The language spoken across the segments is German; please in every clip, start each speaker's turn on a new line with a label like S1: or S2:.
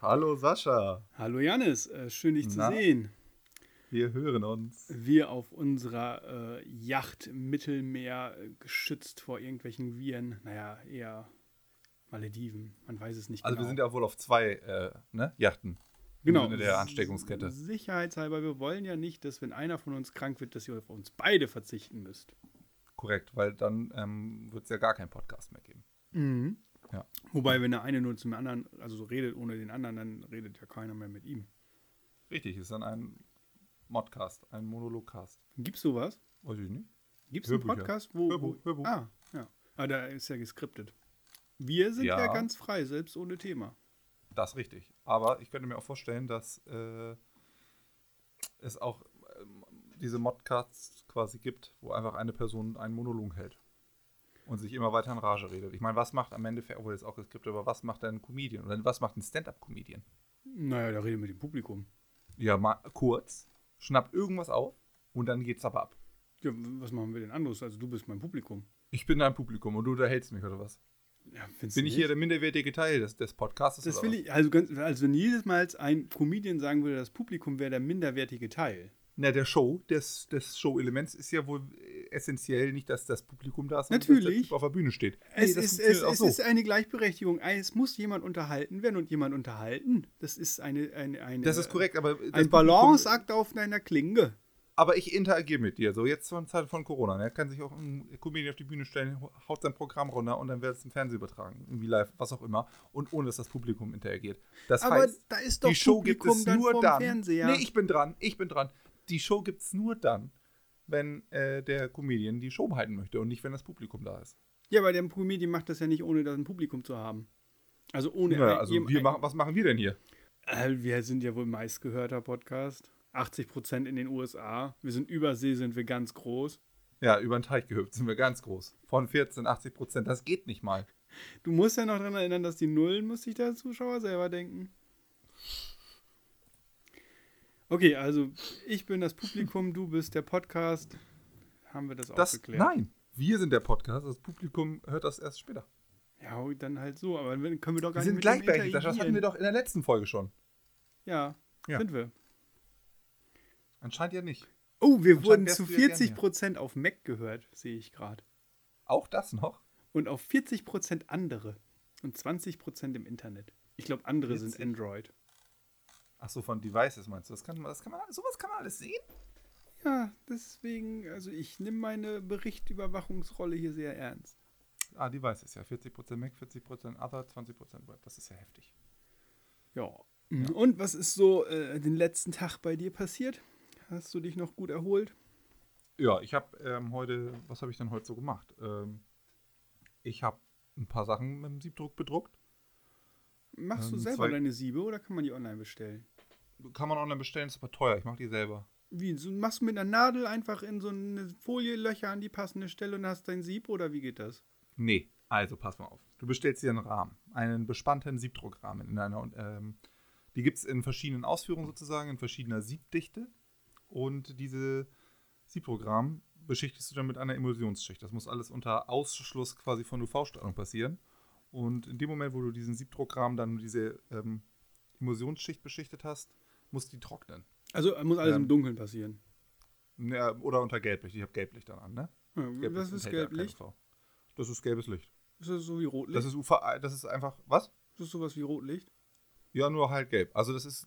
S1: Hallo Sascha,
S2: Hallo Janis, äh, schön dich
S1: Na?
S2: zu sehen.
S1: wir hören uns.
S2: Wir auf unserer äh, Yacht im Mittelmeer äh, geschützt vor irgendwelchen Viren. Naja, eher Malediven, man weiß es nicht
S1: Also
S2: genau.
S1: wir sind ja wohl auf zwei äh, ne, Yachten.
S2: genau.
S1: Sinne der Ansteckungskette.
S2: Sicherheitshalber, wir wollen ja nicht, dass wenn einer von uns krank wird, dass ihr auf uns beide verzichten müsst.
S1: Korrekt, weil dann ähm, wird es ja gar keinen Podcast mehr geben.
S2: Mhm.
S1: Ja.
S2: Wobei, wenn der eine nur zum anderen, also so redet ohne den anderen, dann redet ja keiner mehr mit ihm.
S1: Richtig, ist dann ein Modcast, ein Monologcast.
S2: Gibt's sowas?
S1: Weiß ich nicht.
S2: Gibt es einen
S1: Hörbücher.
S2: Podcast, wo.
S1: Hörbuch,
S2: wo
S1: Hörbuch.
S2: Ah, ja. Ah, da ist ja geskriptet. Wir sind ja.
S1: Ja.
S2: ganz frei, selbst ohne Thema.
S1: Das ist richtig. Aber ich könnte mir auch vorstellen, dass äh, es auch ähm, diese Modcasts quasi gibt, wo einfach eine Person einen Monolog hält und sich immer weiter in Rage redet. Ich meine, was macht am Ende, obwohl das ist auch geskriptet, aber was macht ein Comedian oder was macht ein Stand-up-Comedian?
S2: Naja, da reden wir mit dem Publikum.
S1: Ja, mal kurz, schnappt irgendwas auf und dann geht's aber ab.
S2: Ja, w- was machen wir denn anderes? Also, du bist mein Publikum.
S1: Ich bin dein Publikum und du unterhältst mich oder was?
S2: Ja, findest
S1: Bin
S2: du
S1: ich
S2: nicht?
S1: hier der minderwertige Teil des, des Podcasts?
S2: Das
S1: oder
S2: will
S1: was?
S2: ich, also, ganz, also wenn jedes Mal als ein Comedian sagen würde, das Publikum wäre der minderwertige Teil.
S1: Na, der Show, des, des Show-Elements ist ja wohl äh, essentiell nicht, dass das Publikum da ist, sondern dass der
S2: Natürlich.
S1: Typ auf der Bühne steht.
S2: Es,
S1: das
S2: ist, es,
S1: funktioniert auch
S2: es
S1: so.
S2: ist eine Gleichberechtigung. Es muss jemand unterhalten werden und jemand unterhalten. Das ist eine. eine, eine äh,
S1: das ist korrekt, aber das
S2: Ein
S1: Publikum-
S2: Balanceakt auf einer Klinge. Aber
S1: Aber ich interagiere mit dir. So jetzt zur Zeit von Corona. ne? Er kann sich auch ein Comedian auf die Bühne stellen, haut sein Programm runter und dann wird es im Fernsehen übertragen, irgendwie live, was auch immer, und ohne dass das Publikum interagiert. Das heißt,
S2: da ist
S1: die Show gibt es
S2: dann
S1: nur
S2: vorm
S1: dann.
S2: Fernseher.
S1: Nee, ich bin dran, ich bin dran. Die Show gibt es nur dann, wenn äh, der Comedian die Show halten möchte und nicht, wenn das Publikum da ist.
S2: Ja, aber der Comedian macht das ja nicht, ohne da ein Publikum zu haben. Also ohne.
S1: Naja,
S2: ein-
S1: also
S2: jem-
S1: wir
S2: ein-
S1: machen, was machen wir denn hier?
S2: Äh, wir sind ja wohl meistgehörter Podcast. 80 Prozent in den USA. Wir sind übersee, sind wir ganz groß.
S1: Ja, über den Teich gehüpft sind wir ganz groß. Von 14, 80 Prozent, das geht nicht mal.
S2: Du musst ja noch daran erinnern, dass die Nullen, muss sich der Zuschauer selber denken. Okay, also ich bin das Publikum, du bist der Podcast. Haben wir das, auch
S1: Das,
S2: geklärt?
S1: nein, wir sind der Podcast, das Publikum hört das erst später.
S2: Ja, dann halt so, aber dann können wir doch gar
S1: Wir
S2: nicht
S1: sind
S2: mit dem
S1: gleichberechtigt, Sascha, das hatten wir
S2: interagieren.
S1: doch in der letzten Folge schon.
S2: Ja,
S1: Ja.
S2: sind wir.
S1: Anscheinend ja nicht.
S2: Oh, wir
S1: Anscheinend
S2: wurden
S1: wärst
S2: zu
S1: du ja gern
S2: 40 Prozent auf Mac gehört, sehe ich gerade.
S1: Auch das noch?
S2: Und auf 40 Prozent andere. Und 20 Prozent im Internet. Ich glaube, andere sind
S1: Witzig.
S2: Android.
S1: Achso, von Devices meinst du? Das kann man, das kann man, sowas kann man alles sehen?
S2: Ja, deswegen, also ich nehme meine Berichtüberwachungsrolle hier sehr ernst.
S1: Ah, Devices, ja. 40% Mac, 40% Other, 20% Web. Das ist ja heftig.
S2: Ja. Und was ist so äh, den letzten Tag bei dir passiert? Hast du dich noch gut erholt?
S1: Ja, ich habe ähm, heute, was habe ich denn heute so gemacht? Ähm, ich habe ein paar Sachen mit dem Siebdruck bedruckt.
S2: Machst du
S1: Ähm,
S2: selber
S1: zwei-
S2: deine Siebe oder kann man die online bestellen?
S1: Kann man online bestellen, ist aber teuer. Ich mache die selber.
S2: Wie, so, machst du mit einer Nadel einfach in so eine Folie Löcher an die passende Stelle und hast dein Sieb oder wie geht das?
S1: Nee, also pass mal auf. Du bestellst dir einen Rahmen, einen bespannten Siebdruckrahmen. In einer, ähm, die gibt es in verschiedenen Ausführungen sozusagen, in verschiedener Siebdichte. Und diese Siebdruckrahmen beschichtest du dann mit einer Emulsionsschicht. Das muss alles unter Ausschluss quasi von UV-Strahlung passieren. Und in dem Moment, wo du diesen Siebdruckrahmen dann diese ähm, Emulsionsschicht beschichtet hast, musst du die trocknen.
S2: Also muss alles
S1: Ähm,
S2: im Dunkeln passieren.
S1: Ja, oder unter Gelblicht. Ich habe Gelblicht dann an, ne?
S2: Ja,
S1: Gelblicht
S2: was
S1: enthält
S2: ist
S1: ja kein
S2: Gelblicht?
S1: UV. Das ist gelbes Licht.
S2: Ist das so wie Rotlicht?
S1: Das ist UV, das ist einfach, was?
S2: Ist das sowas wie Rotlicht?
S1: Ja, nur halt gelb. Also das ist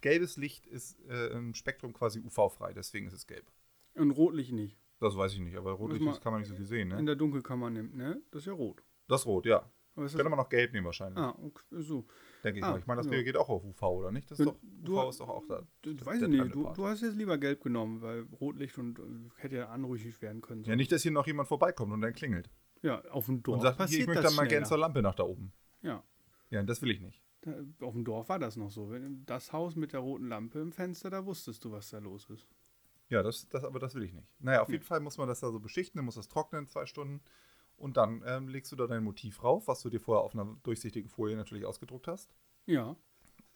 S1: gelbes Licht ist äh, im Spektrum quasi UV-frei, deswegen ist es gelb.
S2: Und Rotlicht nicht.
S1: Das weiß ich nicht, aber Rotlicht
S2: man-
S1: ist- kann man nicht so viel sehen,
S2: In
S1: ne?
S2: der Dunkelkammer nimmt, ne? Das ist ja rot.
S1: Das rot, ja.
S2: Aber ist das
S1: Könnte man noch gelb nehmen wahrscheinlich,
S2: ah, okay, so.
S1: denke ich
S2: ah,
S1: mal. Ich meine, das
S2: ja.
S1: geht auch auf UV, oder nicht? Das ist
S2: Und
S1: doch,
S2: du-
S1: UV ist doch auch da.
S2: Du,
S1: das-
S2: weiß ich
S1: der
S2: nicht,
S1: treibende
S2: du,
S1: Part.
S2: du hast jetzt lieber gelb genommen, weil Rotlicht und äh, hätte ja anrüchig werden können.
S1: Ja, nicht, dass hier noch jemand vorbeikommt und dann klingelt.
S2: Ja, auf dem Dorf
S1: und sagt, hier,
S2: passiert
S1: ich möchte
S2: das
S1: dann mal gerne zur
S2: schneller.
S1: Lampe nach da oben.
S2: Ja,
S1: Ja, das will ich nicht.
S2: da, auf dem Dorf war das noch so. Wenn- Das Haus mit der roten Lampe im Fenster, da wusstest du, was da los ist.
S1: Ja, das, das, aber das will ich nicht. Naja, auf jeden Fall muss man das da so beschichten, dann muss das trocknen zwei Stunden. Und dann ähm, legst du da dein Motiv rauf, was du dir vorher auf einer durchsichtigen Folie natürlich ausgedruckt hast.
S2: Ja,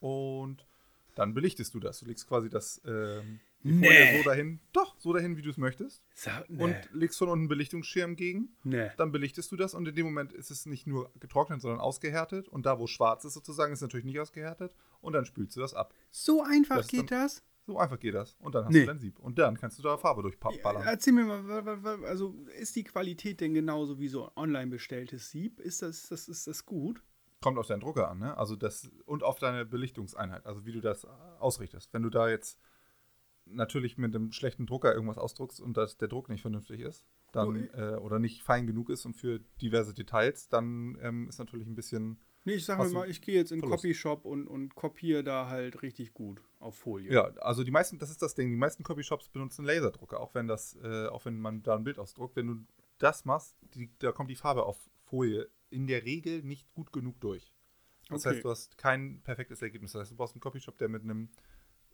S1: Und dann belichtest du das. Du legst quasi das ähm, Die fuhr
S2: Nee.
S1: ja so dahin, doch, so dahin, wie du es möchtest.
S2: Sa- nee.
S1: Und legst von unten einen Belichtungsschirm gegen.
S2: nee.
S1: Dann belichtest du das und in dem Moment ist es nicht nur getrocknet, sondern ausgehärtet. Und da, wo es schwarz ist sozusagen, ist es natürlich nicht ausgehärtet. Und dann spülst du das ab.
S2: So einfach
S1: Das ist
S2: geht das?
S1: So einfach geht das. Und dann hast
S2: Nee.
S1: du dein Sieb. Und dann kannst du da Farbe durchballern.
S2: Erzähl mir mal, wa- wa- wa- also ist die Qualität denn genauso wie so ein online bestelltes Sieb? Ist das, das, ist das gut?
S1: Kommt auf deinen Drucker an, ne? Also das und auf deine Belichtungseinheit, also wie du das äh, ausrichtest. Wenn du da jetzt natürlich mit einem schlechten Drucker irgendwas ausdruckst und dass der Druck nicht vernünftig ist, dann äh, oder nicht fein genug ist und für diverse Details, dann ähm, ist natürlich ein bisschen
S2: Nee, ich sag
S1: Hast
S2: mir
S1: du
S2: mal, ich gehe jetzt in den
S1: Verlust?
S2: Copyshop und, und kopiere da halt richtig gut auf Folie.
S1: ja, also die meisten, das ist das Ding, die meisten Copyshops benutzen Laserdrucker, auch wenn das, äh, auch wenn man da ein Bild ausdruckt, wenn du das machst, die, da kommt die Farbe auf Folie in der Regel nicht gut genug durch. Das
S2: Okay.
S1: heißt, du hast kein perfektes Ergebnis. Das heißt, du brauchst einen Copyshop, der mit einem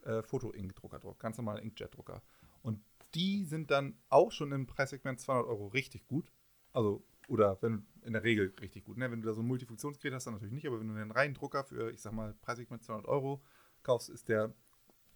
S1: äh, Foto-Ink-Drucker druckt, ganz normalen Inkjet-Drucker. Und die sind dann auch schon im Preissegment 200 Euro richtig gut. Also, oder wenn in der Regel richtig gut. Ne? Wenn du da so ein Multifunktionsgerät hast, dann natürlich nicht, aber wenn du einen reinen Drucker für, ich sag mal, Preissegment 200 Euro kaufst, ist der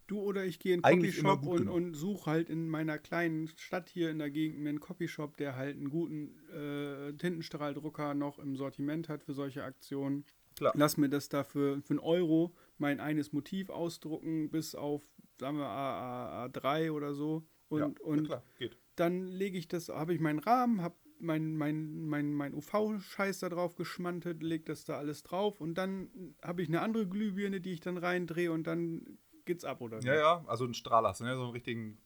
S2: Du oder ich gehe in einen
S1: Eigentlich immer
S2: Copyshop
S1: gut
S2: und,
S1: genug.
S2: und suche halt in meiner kleinen Stadt hier in der Gegend mir einen Copyshop, der halt einen guten äh, Tintenstrahldrucker noch im Sortiment hat für solche Aktionen.
S1: Klar.
S2: Lass mir das dafür für einen Euro mein eines Motiv ausdrucken bis auf, sagen wir, A, A, A3 oder so. Und,
S1: ja, ja,
S2: und
S1: klar, geht.
S2: dann lege ich das, habe ich meinen Rahmen, habe mein, mein, mein, mein UV-Scheiß da drauf geschmantet, lege das da alles drauf und dann habe ich eine andere Glühbirne, die ich dann reindrehe und dann geht's ab, oder?
S1: Ja,
S2: wie?
S1: ja, also ein Strahler hast du, ne? So einen richtigen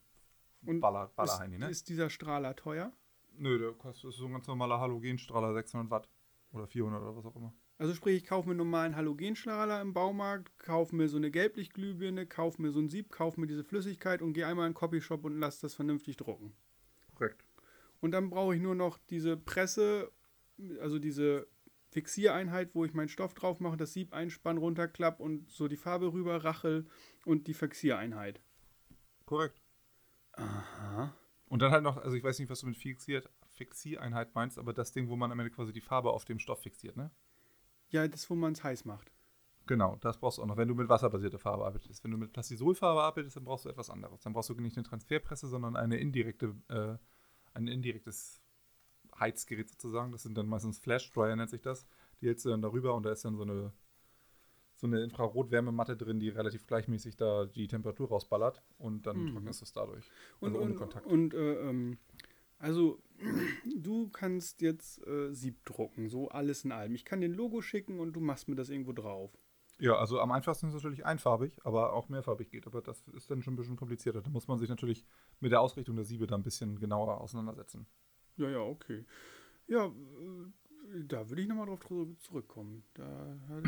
S2: Und
S1: Baller,
S2: ist,
S1: Baller ne?
S2: ist dieser Strahler teuer?
S1: Nö, der kostet das ist so ein ganz normaler Halogenstrahler, 600 Watt oder 400 oder was auch immer.
S2: Also sprich, ich kaufe mir einen normalen Halogenstrahler im Baumarkt, kaufe mir so eine Gelblichtglühbirne, kaufe mir so ein Sieb, kaufe mir diese Flüssigkeit und gehe einmal in den Copyshop und lasse das vernünftig drucken.
S1: Korrekt.
S2: Und dann brauche ich nur noch diese Presse, also diese Fixiereinheit, wo ich meinen Stoff drauf mache, das Sieb einspann, runterklapp und so die Farbe rüber rachel und die Fixiereinheit.
S1: Korrekt.
S2: Aha.
S1: Und dann halt noch, also ich weiß nicht, was du mit fixiert, Fixiereinheit meinst, aber das Ding, wo man am Ende quasi die Farbe auf dem Stoff fixiert, ne?
S2: Ja, das, wo man es heiß macht.
S1: Genau, das brauchst du auch noch, wenn du mit wasserbasierter Farbe arbeitest. Wenn du mit Plastisolfarbe arbeitest, dann brauchst du etwas anderes. Dann brauchst du nicht eine Transferpresse, sondern eine indirekte, äh, ein indirektes Heizgerät sozusagen. Das sind dann meistens Flashdryer, nennt sich das. Die hältst du dann darüber und da ist dann so eine, so eine Infrarotwärmematte drin, die relativ gleichmäßig da die Temperatur rausballert und dann
S2: Mhm.
S1: trocknest du es dadurch.
S2: Und,
S1: Also ohne
S2: und,
S1: Kontakt.
S2: und äh, ähm, also du kannst jetzt äh, Sieb drucken, so alles in allem. Ich kann den Logo schicken und du machst mir das irgendwo drauf.
S1: Ja, also am einfachsten ist es natürlich einfarbig, aber auch mehrfarbig geht. Aber das ist dann schon ein bisschen komplizierter. Da muss man sich natürlich mit der Ausrichtung der Siebe da ein bisschen genauer auseinandersetzen.
S2: Ja, ja, okay. Ja, äh, da würde ich nochmal drauf dr- zurückkommen. Da, hat-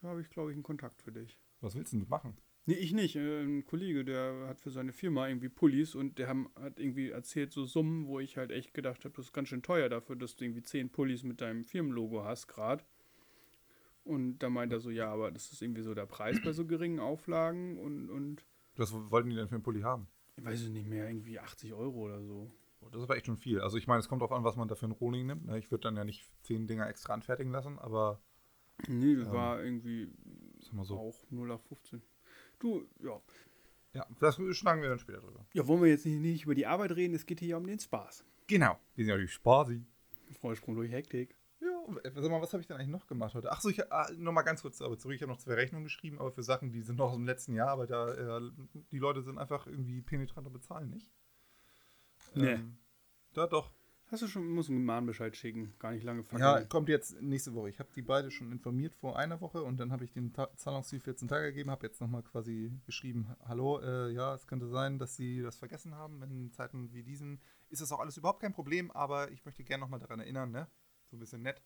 S2: da habe ich, glaube ich, einen Kontakt für dich.
S1: Was willst du denn machen?
S2: Nee, ich nicht. Äh, Ein Kollege, der hat für seine Firma irgendwie Pullis und der haben, hat irgendwie erzählt so Summen, wo ich halt echt gedacht habe, das ist ganz schön teuer dafür, dass du irgendwie 10 Pullis mit deinem Firmenlogo hast gerade. Und da meint er so, ja, aber das ist irgendwie so der Preis bei so geringen Auflagen und, und
S1: Was wollten die denn für einen Pulli haben?
S2: ich weiß es nicht mehr, irgendwie 80 Euro oder so.
S1: Oh, Das ist aber echt schon viel. Also ich meine, es kommt darauf an, was man da für einen Rohling nimmt. ne? Ich würde dann ja nicht zehn Dinger extra anfertigen lassen, aber
S2: Nee, das
S1: Ja.
S2: war irgendwie
S1: sag mal so.
S2: auch 0 auf 15. Du, ja.
S1: Ja, das schnacken wir dann später drüber.
S2: Ja, wollen wir jetzt nicht, nicht über die Arbeit reden, es geht hier ja um den Spaß.
S1: Genau. Wir sind ja die Spasi.
S2: Vollsprung durch Hektik.
S1: Ja, und, äh, sag mal, was habe ich denn eigentlich noch gemacht heute? Achso, ich ah, nochmal ganz kurz aber zurück. Ich habe noch zwei Rechnungen geschrieben, aber für Sachen, die sind noch aus dem letzten Jahr, aber da äh, die Leute sind einfach irgendwie penetranter bezahlen, nicht? Ähm,
S2: Nee.
S1: da doch.
S2: Hast du schon, muss einen Mahnbescheid schicken, gar nicht lange
S1: Ja,
S2: fackeln.
S1: kommt jetzt nächste Woche. Ich habe die beide schon informiert vor einer Woche und dann habe ich den Ta Zahlungsziel 14 Tage gegeben, habe jetzt nochmal quasi geschrieben, hallo, äh, ja, es könnte sein, dass Sie das vergessen haben. In Zeiten wie diesen ist das auch alles überhaupt kein Problem, aber ich möchte gerne nochmal daran erinnern, ne? So ein bisschen nett.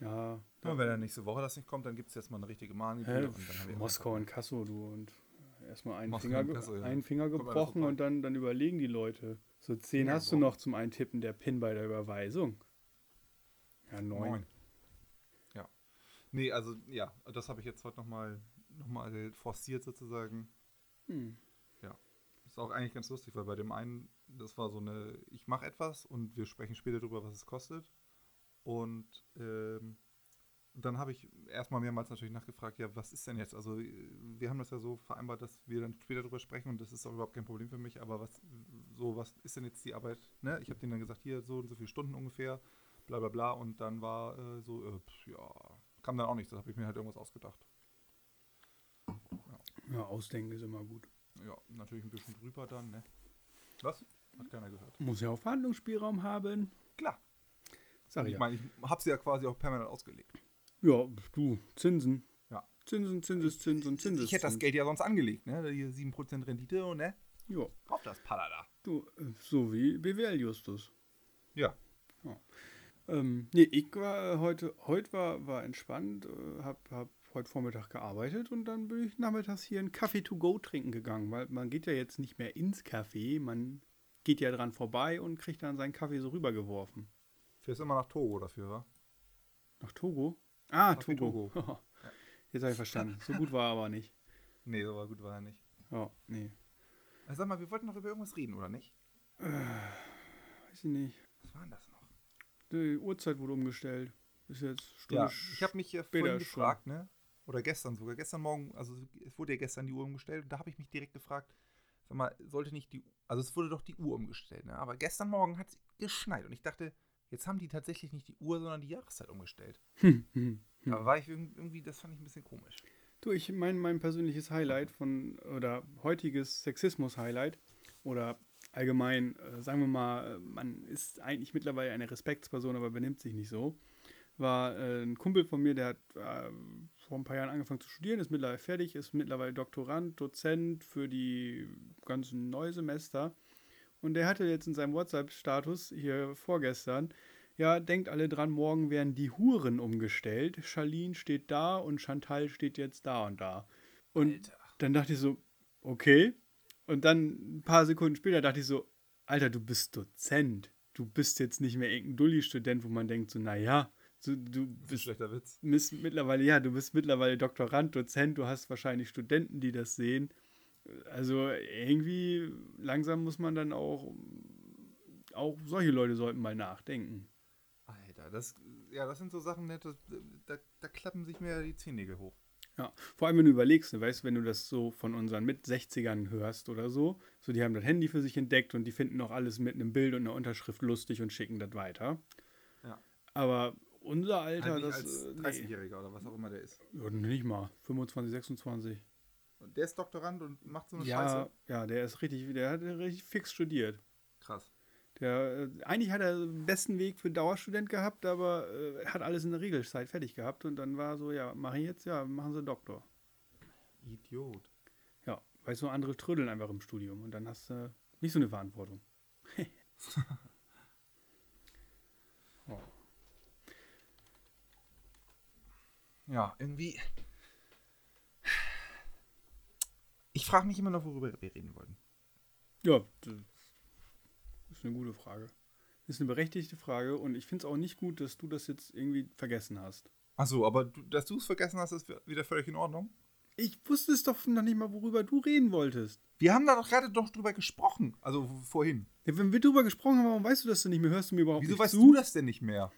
S2: Ja,
S1: Ja, wenn dann nächste Woche das nicht kommt, dann gibt es jetzt mal eine richtige Mahngebühr.
S2: Hä?
S1: und dann haben wir-
S2: Moskau und Kassel, du. Und erstmal einen,
S1: Moskau
S2: Finger,
S1: und
S2: ge-
S1: Kassel, ja.
S2: einen Finger
S1: Kommt einer
S2: gebrochen
S1: vorbei.
S2: und dann, dann überlegen die Leute. So zehn
S1: Ja,
S2: hast du
S1: boah.
S2: noch zum Eintippen der PIN bei der Überweisung. Ja, neun.
S1: Moin. Ja. Nee, also ja, das habe ich jetzt heute nochmal noch mal forciert sozusagen.
S2: Hm.
S1: Ist auch eigentlich ganz lustig, weil bei dem einen, das war so eine, ich mache etwas und wir sprechen später darüber, was es kostet. Und ähm, dann habe ich erstmal mehrmals natürlich nachgefragt, ja, was ist denn jetzt? Also wir haben das ja so vereinbart, dass wir dann später darüber sprechen und das ist auch überhaupt kein Problem für mich, aber was so, was ist denn jetzt die Arbeit? Ne? Ich habe denen dann gesagt, hier so und so viele Stunden ungefähr, bla bla bla und dann war äh, so, äh, pf, ja, kam dann auch nichts, da habe ich mir halt irgendwas ausgedacht.
S2: Ja, ausdenken ist immer gut.
S1: Ja, natürlich ein bisschen drüber dann, ne? Was? Hat keiner gehört.
S2: Muss ja auch Verhandlungsspielraum haben.
S1: Klar.
S2: Sag ich
S1: Ich
S2: ja.
S1: meine, ich habe sie ja quasi auch permanent ausgelegt.
S2: Ja, du, Zinsen.
S1: Ja.
S2: Zinsen, Zinseszins und Zinseszins.
S1: Ich hätte das Geld ja sonst angelegt, ne? Die 7% Rendite und ne?
S2: Ja,
S1: Auf das Palada.
S2: du, äh, so wie BWL Justus.
S1: Ja.
S2: Ähm, nee, ich war äh, heute, heute war, war entspannt, äh, hab, hab heute Vormittag gearbeitet und dann bin ich nachmittags hier einen Kaffee to go trinken gegangen, weil man geht ja jetzt nicht mehr ins Café, man geht ja dran vorbei und kriegt dann seinen Kaffee so rübergeworfen.
S1: Fährst immer nach Togo dafür, wa?
S2: Nach Togo? Ah,
S1: Kaffee
S2: Togo. Jetzt habe ich verstanden. So gut war er aber nicht.
S1: Nee, so war gut war er nicht.
S2: Ja, nee.
S1: Äh, Sag mal, wir wollten noch über irgendwas reden, oder nicht?
S2: Weiß ich nicht.
S1: Was war denn das noch?
S2: Die Uhrzeit wurde umgestellt. Ist jetzt Stunde.
S1: Ja,
S2: sch-
S1: ich habe mich ja
S2: später
S1: vorhin
S2: schon.
S1: gefragt, ne? Oder gestern sogar, gestern Morgen, also es wurde ja gestern die Uhr umgestellt und da habe ich mich direkt gefragt, sag mal, sollte nicht die, also es wurde doch die Uhr umgestellt, ne? Aber gestern Morgen hat es geschneit und ich dachte, jetzt haben die tatsächlich nicht die Uhr, sondern die Jahreszeit umgestellt.
S2: Hm, hm.
S1: Da war ich irgend- irgendwie, das fand ich ein bisschen komisch.
S2: Du, ich mein, mein persönliches Highlight von oder heutiges Sexismus-Highlight oder allgemein, äh, sagen wir mal, äh, man ist eigentlich mittlerweile eine Respektsperson, aber benimmt sich nicht so. War äh, ein Kumpel von mir, der hat äh, vor ein paar Jahren angefangen zu studieren, ist mittlerweile fertig, ist mittlerweile Doktorand, Dozent für die ganzen Neusemester. Und der hatte jetzt in seinem WhatsApp-Status hier vorgestern, ja, denkt alle dran, morgen werden die Huren umgestellt. Charlene steht da und Chantal steht jetzt da und da. Und
S1: Alter.
S2: dann dachte ich so, okay. Und dann ein paar Sekunden später dachte ich so, Alter, du bist Dozent. Du bist jetzt nicht mehr irgendein Dulli-Student, wo man denkt so, naja, so,
S1: Das
S2: du
S1: ist ein
S2: bist
S1: schlechter Witz.
S2: bist mittlerweile, ja, du bist mittlerweile Doktorand, Dozent, du hast wahrscheinlich Studenten, die das sehen. Also irgendwie langsam muss man dann auch, auch solche Leute sollten mal nachdenken.
S1: Alter, das, ja, das sind so Sachen, ne, das, da, da klappen sich mir die Zehennägel hoch.
S2: Ja, vor allem wenn du überlegst, ne, weißt du, wenn du das so von unseren Mit-60ern hörst oder so, so die haben das Handy für sich entdeckt und die finden auch alles mit einem Bild und einer Unterschrift lustig und schicken das weiter.
S1: Ja.
S2: Aber unser
S1: Alter,
S2: Alter,
S1: Eigentlich
S2: das
S1: als
S2: äh, nee.
S1: 30-Jähriger oder was auch immer der ist.
S2: ja, nicht mal 25, 26.
S1: Und der ist Doktorand und macht so eine
S2: Ja,
S1: Scheiße.
S2: ja, der ist richtig, der hat richtig fix studiert.
S1: Krass.
S2: Der, äh, eigentlich hat er den besten Weg für Dauerstudent gehabt, aber äh, hat alles in der Regelzeit fertig gehabt und dann war so, ja, mach ich jetzt, ja, machen sie Doktor.
S1: Idiot.
S2: Ja, weil so andere trödeln einfach im Studium und dann hast du nicht so eine Verantwortung. oh.
S1: Ja, irgendwie. Ich frage mich immer noch, worüber wir reden wollten.
S2: Ja, das ist eine gute Frage. Ist eine berechtigte Frage und ich finde es auch nicht gut, dass du das jetzt irgendwie vergessen hast.
S1: Achso, aber du, dass du es vergessen hast, ist wieder völlig in Ordnung.
S2: Ich wusste es doch noch nicht mal, worüber du reden wolltest.
S1: Wir haben da doch gerade doch drüber gesprochen. Also w- vorhin.
S2: Ja, wenn wir drüber gesprochen haben, warum weißt du das denn nicht mehr? Hörst du mir überhaupt
S1: Wieso
S2: nicht
S1: weißt
S2: zu?
S1: du das denn nicht mehr?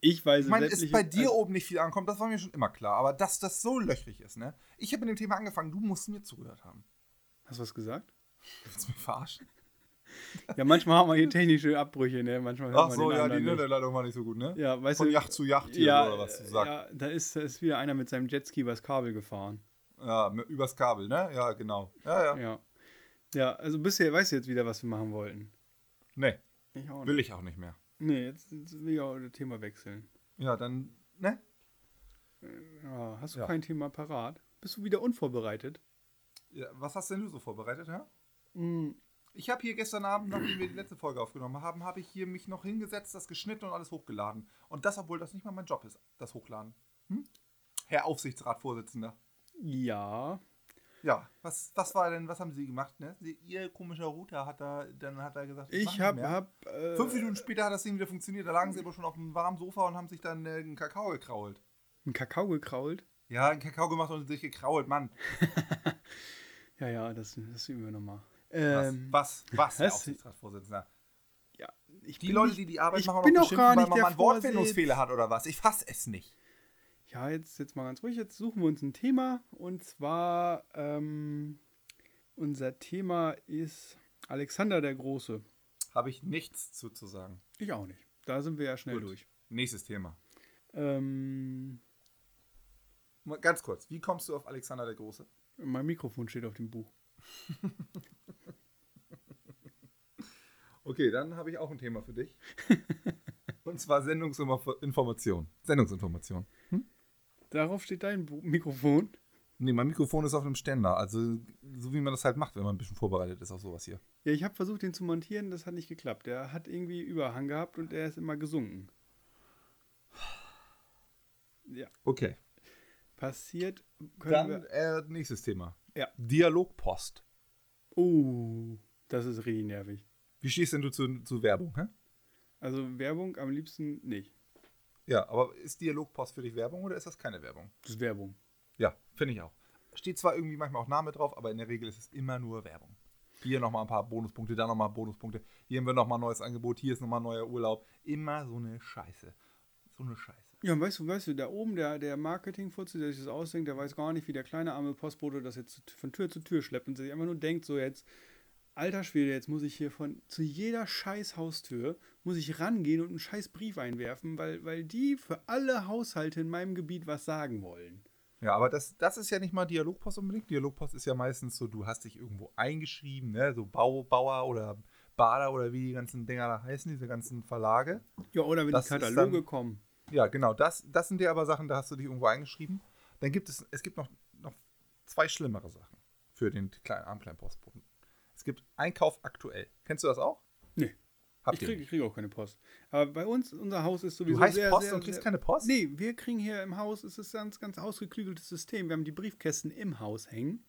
S2: Ich weiß
S1: Ich meine,
S2: letztlich-
S1: es bei dir
S2: also,
S1: oben nicht viel ankommt, das war mir schon immer klar. Aber dass das so löchrig ist, ne? Ich habe mit dem Thema angefangen, du musst mir zugehört haben.
S2: Hast du was gesagt?
S1: Willst du mich verarschen?
S2: Ja, manchmal haben wir hier technische Abbrüche, ne? Manchmal hört
S1: Ach
S2: man
S1: so,
S2: den
S1: ja, die
S2: anderen nicht.
S1: Niederleitung war nicht so gut, ne?
S2: Ja, weißt
S1: Von
S2: du,
S1: Yacht zu Yacht hier,
S2: ja,
S1: oder was du sagst.
S2: Ja, da ist, da ist wieder einer mit seinem Jetski übers Kabel gefahren.
S1: Ja, mit- übers Kabel, ne? Ja, genau. Ja, ja.
S2: Ja. Ja, also bisher weißt du jetzt wieder, was wir machen wollten.
S1: Nee,
S2: Ich auch
S1: will ich auch nicht mehr.
S2: Nee, jetzt, jetzt will ich auch das Thema wechseln.
S1: Ja, dann, ne?
S2: Ja, Ah, hast du
S1: Ja.
S2: kein Thema parat? Bist du wieder unvorbereitet?
S1: Ja, was hast denn du so vorbereitet, ja?
S2: Hm,
S1: Ich habe hier gestern Abend, nachdem wir die letzte Folge aufgenommen haben, habe ich hier mich noch hingesetzt, das geschnitten und alles hochgeladen. Und das, obwohl das nicht mal mein Job ist, das Hochladen. Hm? Herr Aufsichtsratvorsitzender.
S2: Ja.
S1: Ja, was, was war denn, was haben Sie gemacht, ne? Sie, ihr komischer Router hat da, dann hat er gesagt, mach
S2: Ich
S1: nicht
S2: hab,
S1: mehr.
S2: hab äh,
S1: Fünf Minuten später hat das Ding wieder funktioniert, da lagen sie aber schon auf dem warmen Sofa und haben sich dann äh, einen Kakao gekrault.
S2: einen Kakao gekrault.
S1: Ja, einen Kakao gemacht und sich gekrault, Mann.
S2: Ja, ja, das, das üben wir nochmal.
S1: Was,
S2: Ähm,
S1: was, was, Herr
S2: was?
S1: Aufsichtsratsvorsitzender?
S2: Ja, ich
S1: Die
S2: bin
S1: Leute,
S2: nicht-
S1: die die Arbeit
S2: ich
S1: machen,
S2: bin
S1: auch
S2: auch gar
S1: beschimpfen, weil
S2: nicht
S1: man
S2: der
S1: mal einen Wortfindungsfehler
S2: Vorsitz.
S1: hat oder was. Ich fasse es nicht.
S2: Ja, jetzt, jetzt mal ganz ruhig. Jetzt suchen wir uns ein Thema. Und zwar, ähm, unser Thema ist Alexander der Große.
S1: Habe ich nichts zu, zu sagen.
S2: Ich auch nicht. Da sind wir ja schnell
S1: Gut.
S2: durch.
S1: Nächstes Thema.
S2: Ähm,
S1: Mal Ganz kurz, wie kommst du auf Alexander der Große?
S2: mein Mikrofon steht auf dem Buch.
S1: Okay, dann habe ich auch ein Thema für dich. Und zwar Sendungsinformation. Sendungsinformation.
S2: Darauf steht dein Bu Mikrofon.
S1: Nee, mein Mikrofon ist auf einem Ständer. Also, so wie man das halt macht, wenn man ein bisschen vorbereitet ist auf sowas hier.
S2: Ja, ich habe versucht, den zu montieren, das hat nicht geklappt. Der hat irgendwie Überhang gehabt und er ist immer gesunken. Ja,
S1: Okay.
S2: passiert. Können
S1: Dann
S2: wir.
S1: äh, nächstes Thema.
S2: Ja.
S1: Dialogpost.
S2: Oh, das ist richtig nervig.
S1: Wie stehst denn du zu, zu Werbung? Hä?
S2: Also Werbung am liebsten nicht.
S1: Ja, aber ist Dialogpost für dich Werbung oder ist das keine Werbung?
S2: Das ist Werbung.
S1: Ja, finde ich auch. Steht zwar irgendwie manchmal auch Name drauf, aber in der Regel ist es immer nur Werbung. Hier nochmal ein paar Bonuspunkte, da nochmal Bonuspunkte. Hier haben wir nochmal ein neues Angebot, hier ist nochmal ein neuer Urlaub. Immer so eine Scheiße. So eine Scheiße.
S2: Ja, und weißt du, weißt du, da oben, der, der Marketingfutze, der sich das ausdenkt, der weiß gar nicht, wie der kleine arme Postbote das jetzt zu- von Tür zu Tür schleppt und sich einfach nur denkt, so jetzt, alter Schwede, jetzt muss ich hier von zu jeder scheiß Haustür, muss ich rangehen und einen scheiß Brief einwerfen, weil, weil die für alle Haushalte in meinem Gebiet was sagen wollen.
S1: Ja, aber das, das ist ja nicht mal Dialogpost unbedingt. Dialogpost ist ja meistens so, du hast dich irgendwo eingeschrieben, ne? so Bau, Bauer oder Bader oder wie die ganzen Dinger da heißen, diese ganzen Verlage.
S2: Ja, oder wenn
S1: Das
S2: die
S1: ist dann-
S2: Kataloge kommen.
S1: Ja, genau. Das, das sind ja aber Sachen, da hast du dich irgendwo eingeschrieben. Dann gibt es, es gibt noch, noch zwei schlimmere Sachen für den kleinen, armen kleinen Postboten. Es gibt Einkauf aktuell. Kennst du das auch?
S2: Nee.
S1: Habt
S2: Ich
S1: ihr
S2: kriege
S1: nicht.
S2: krieg auch keine Post. Aber bei uns, unser Haus ist sowieso
S1: Du heißt
S2: sehr,
S1: Post
S2: sehr,
S1: und kriegst
S2: sehr,
S1: keine Post?
S2: Nee, wir kriegen hier im Haus, es ist ein ganz, ganz ausgeklügeltes System. Wir haben die Briefkästen im Haus hängen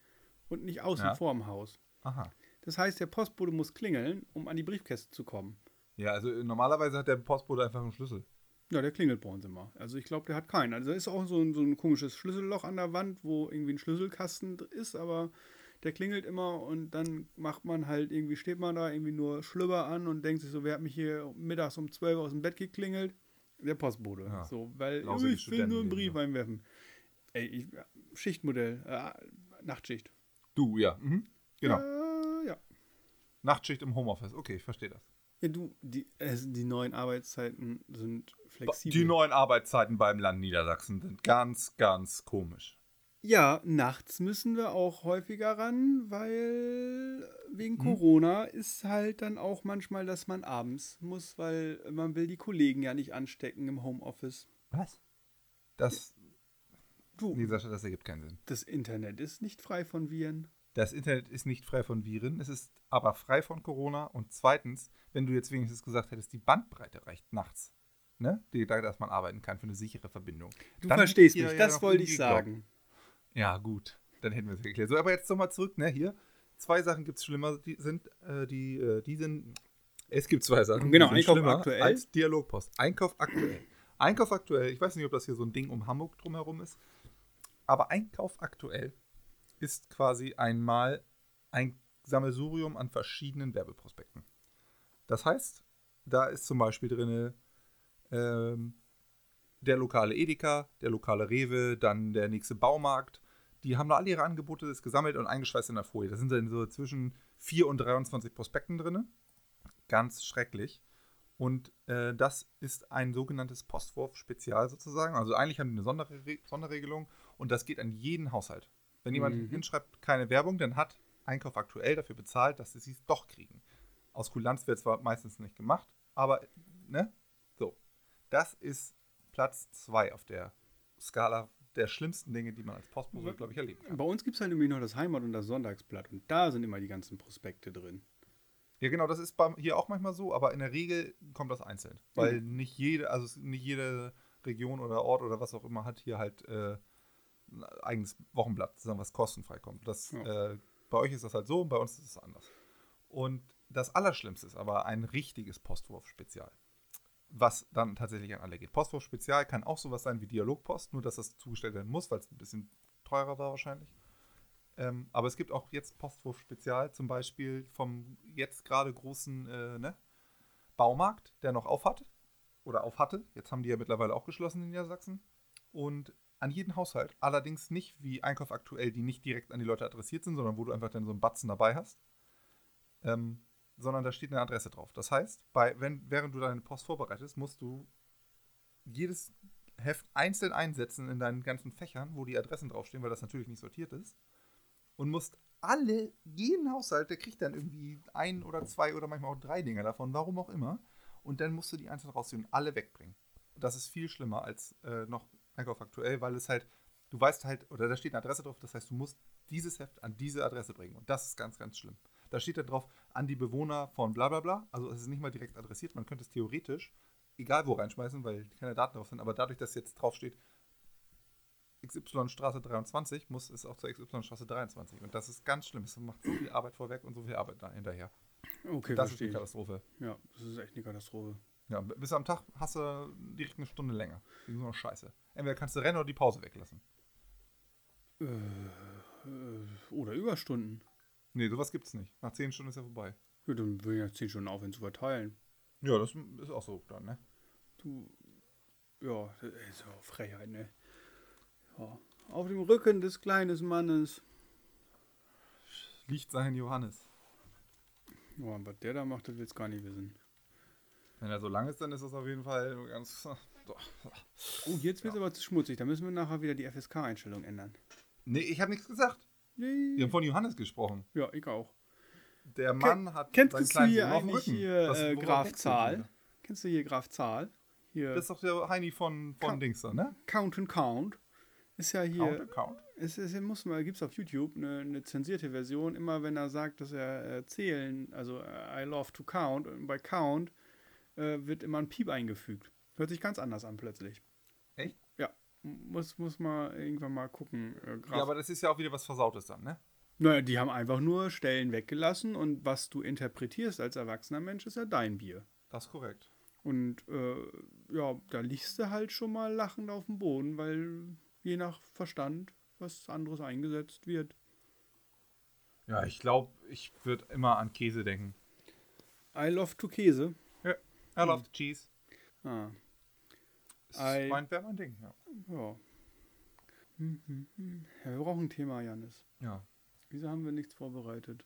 S2: und nicht außen
S1: Ja.
S2: vorm Haus.
S1: Aha.
S2: Das heißt, der Postbote muss klingeln, um an die Briefkästen zu kommen.
S1: Ja, also äh, normalerweise hat der Postbote einfach einen Schlüssel.
S2: Ja, der klingelt bei uns immer. Also ich glaube, der hat keinen. Also da ist auch so ein, so ein komisches Schlüsselloch an der Wand, wo irgendwie ein Schlüsselkasten dr- ist, aber der klingelt immer und dann macht man halt irgendwie, steht man da irgendwie nur Schlübber an und denkt sich so, wer hat mich hier mittags um 12 Uhr aus dem Bett geklingelt? Der Postbote.
S1: Ja.
S2: So, weil oh,
S1: Lausige
S2: ich will nur
S1: Studentenleben,
S2: einen Brief
S1: ne?
S2: einwerfen. Ey, ich, Schichtmodell, äh, Nachtschicht.
S1: Du, ja. Mhm. Genau.
S2: Äh, ja.
S1: Nachtschicht im Homeoffice. Okay, ich verstehe das.
S2: ja, du, die, es- die neuen Arbeitszeiten sind flexibel.
S1: Die neuen Arbeitszeiten beim Land Niedersachsen sind ganz, ganz komisch.
S2: Ja, nachts müssen wir auch häufiger ran, weil wegen Corona ist halt dann auch manchmal, dass man abends muss, weil man will die Kollegen ja nicht anstecken im Homeoffice.
S1: Was? Das,
S2: Du,
S1: nee, Sascha, das ergibt keinen Sinn.
S2: das Internet ist nicht frei von Viren.
S1: Das Internet ist nicht frei von Viren, es ist aber frei von Corona. Und zweitens, wenn du jetzt wenigstens gesagt hättest, die Bandbreite reicht nachts. Ne? Die, da- dass man arbeiten kann für eine sichere Verbindung.
S2: Du
S1: Dann
S2: verstehst
S1: hättet ihr
S2: mich,
S1: ja
S2: das
S1: noch
S2: wollte
S1: irgendwie
S2: ich
S1: geglaubt.
S2: sagen.
S1: Ja, gut, dann hätten wir es geklärt. So, aber jetzt nochmal zurück, ne? Hier, zwei Sachen gibt es schlimmer, die sind, äh, die, äh, die sind, es gibt zwei Sachen.
S2: Genau,
S1: die sind
S2: Einkauf
S1: schlimmer
S2: aktuell.
S1: Als Dialogpost. Einkauf aktuell. Einkauf aktuell, ich weiß nicht, ob das hier so ein Ding um Hamburg drumherum ist, aber Einkauf aktuell ist quasi einmal ein Sammelsurium an verschiedenen Werbeprospekten. Das heißt, da ist zum Beispiel drin ähm, der lokale Edeka, der lokale Rewe, dann der nächste Baumarkt. Die haben da alle ihre Angebote das gesammelt und eingeschweißt in der Folie. Da sind dann so zwischen 4 und 23 Prospekten drin. Ganz schrecklich. Und äh, das ist ein sogenanntes Postwurf-Spezial sozusagen. Also eigentlich haben die eine Sonderre Sonderregelung und das geht an jeden Haushalt. Wenn jemand
S2: Mhm.
S1: hinschreibt, keine Werbung, dann hat Einkauf aktuell dafür bezahlt, dass sie es doch kriegen. Aus Kulanz wird zwar meistens nicht gemacht, aber ne? So. Das ist Platz 2 auf der Skala der schlimmsten Dinge, die man als Postbote, glaube ich, erleben kann.
S2: Bei uns gibt es halt nämlich noch das Heimat- und das Sonntagsblatt und da sind immer die ganzen Prospekte drin.
S1: Ja, genau, das ist bei, hier auch manchmal so, aber in der Regel kommt das einzeln. Weil nicht jede, also es- nicht jede Region oder Ort oder was auch immer hat hier halt äh, ein eigenes Wochenblatt, sozusagen, was kostenfrei kommt. Das, äh, bei euch ist das halt so und bei uns ist es anders. Und das Allerschlimmste ist aber ein richtiges Postwurf-Spezial. Was dann tatsächlich an alle geht. Postwurf-Spezial kann auch sowas sein wie Dialogpost, nur dass das zugestellt werden muss, weil es ein bisschen teurer war wahrscheinlich. Ähm, aber es gibt auch jetzt Postwurf-Spezial, zum Beispiel vom jetzt gerade großen äh, ne, Baumarkt, der noch auf hat oder auf hatte. Jetzt haben die ja mittlerweile auch geschlossen in Niedersachsen. Und an jeden Haushalt, allerdings nicht wie Einkauf aktuell, die nicht direkt an die Leute adressiert sind, sondern wo du einfach dann so einen Batzen dabei hast, ähm, sondern da steht eine Adresse drauf. Das heißt, bei, wenn, während du deine Post vorbereitest, musst du jedes Heft einzeln einsetzen in deinen ganzen Fächern, wo die Adressen draufstehen, weil das natürlich nicht sortiert ist. Und musst alle, jeden Haushalt, der kriegt dann irgendwie ein oder zwei oder manchmal auch drei Dinge davon, warum auch immer. Und dann musst du die einzeln rausziehen und alle wegbringen. Das ist viel schlimmer als äh, noch Einkauf aktuell, weil es halt, du weißt halt, oder da steht eine Adresse drauf, das heißt, du musst dieses Heft an diese Adresse bringen. Und das ist ganz, ganz schlimm. Da steht dann drauf, an die Bewohner von bla bla bla. Also es ist nicht mal direkt adressiert, man könnte es theoretisch egal wo reinschmeißen, weil keine Daten drauf sind. Aber dadurch, dass jetzt draufsteht, XY Straße 23, muss es auch zur XY Straße 23. Und das ist ganz schlimm. Es macht so viel Arbeit vorweg und so viel Arbeit da hinterher.
S2: Okay,
S1: das ist
S2: verstehe
S1: eine
S2: ich.
S1: Katastrophe.
S2: Ja, das ist echt eine Katastrophe.
S1: Ja, b- bis am Tag hast du direkt eine Stunde länger. Das ist nur noch scheiße. Entweder kannst du rennen oder die Pause weglassen.
S2: Äh, äh, oder Überstunden.
S1: Nee, sowas gibt's nicht. Nach 10 Stunden ist ja vorbei.
S2: Ja, dann will ich ja 10 Stunden aufhören zu verteilen.
S1: Ja, das ist auch so dann, ne?
S2: Du. Ja, das ist ja auch Frechheit, ne? Ja. Auf dem Rücken des kleinen Mannes.
S1: Liegt sein Johannes.
S2: Ja, was der da macht, das willst du gar nicht wissen.
S1: Wenn er so lang ist, dann ist das auf jeden Fall ganz.
S2: Oh, jetzt wird es aber zu schmutzig. Da müssen wir nachher wieder die FSK-Einstellung ändern.
S1: Nee, ich habe nichts gesagt. Wir
S2: Ja.
S1: haben von Johannes gesprochen.
S2: ja, ich auch.
S1: Der Mann hat.
S2: Kennst
S1: seinen
S2: du
S1: kleinen
S2: hier
S1: Sohn auf dem
S2: eigentlich
S1: Rücken.
S2: hier
S1: Was-
S2: äh,
S1: worauf
S2: Graf
S1: wechseln wir?
S2: Zahl? Kennst du hier Graf Zahl? Hier
S1: Das ist doch der Heini von,
S2: Ka-
S1: von Dings da, ne?
S2: Count and Count. Ist ja
S1: Count
S2: hier.
S1: and Count.
S2: Es, es muss mal, gibt's auf YouTube eine, eine zensierte Version. Immer wenn er sagt, dass er äh, zählen, also äh, I love to count, und bei Count äh, wird immer ein Piep eingefügt. Hört sich ganz anders an plötzlich.
S1: Echt?
S2: Ja. Muss, muss mal irgendwann mal gucken. Äh, Graf
S1: Ja, aber das ist ja auch wieder was Versautes dann, ne?
S2: Naja, die haben einfach nur Stellen weggelassen und was du interpretierst als erwachsener Mensch, ist ja dein Bier.
S1: Das ist korrekt.
S2: Und äh, ja, da liegst du halt schon mal lachend auf dem Boden, weil je nach Verstand was anderes eingesetzt wird.
S1: Ja, ich glaube, ich würde immer an Käse denken.
S2: I love to Käse.
S1: I love the cheese.
S2: Ah,
S1: Das
S2: Ei.
S1: mein, wäre mein Ding, ja.
S2: ja. Hm, hm, hm. ja. Wir brauchen ein Thema, Janis.
S1: Ja,
S2: Wieso haben wir nichts vorbereitet?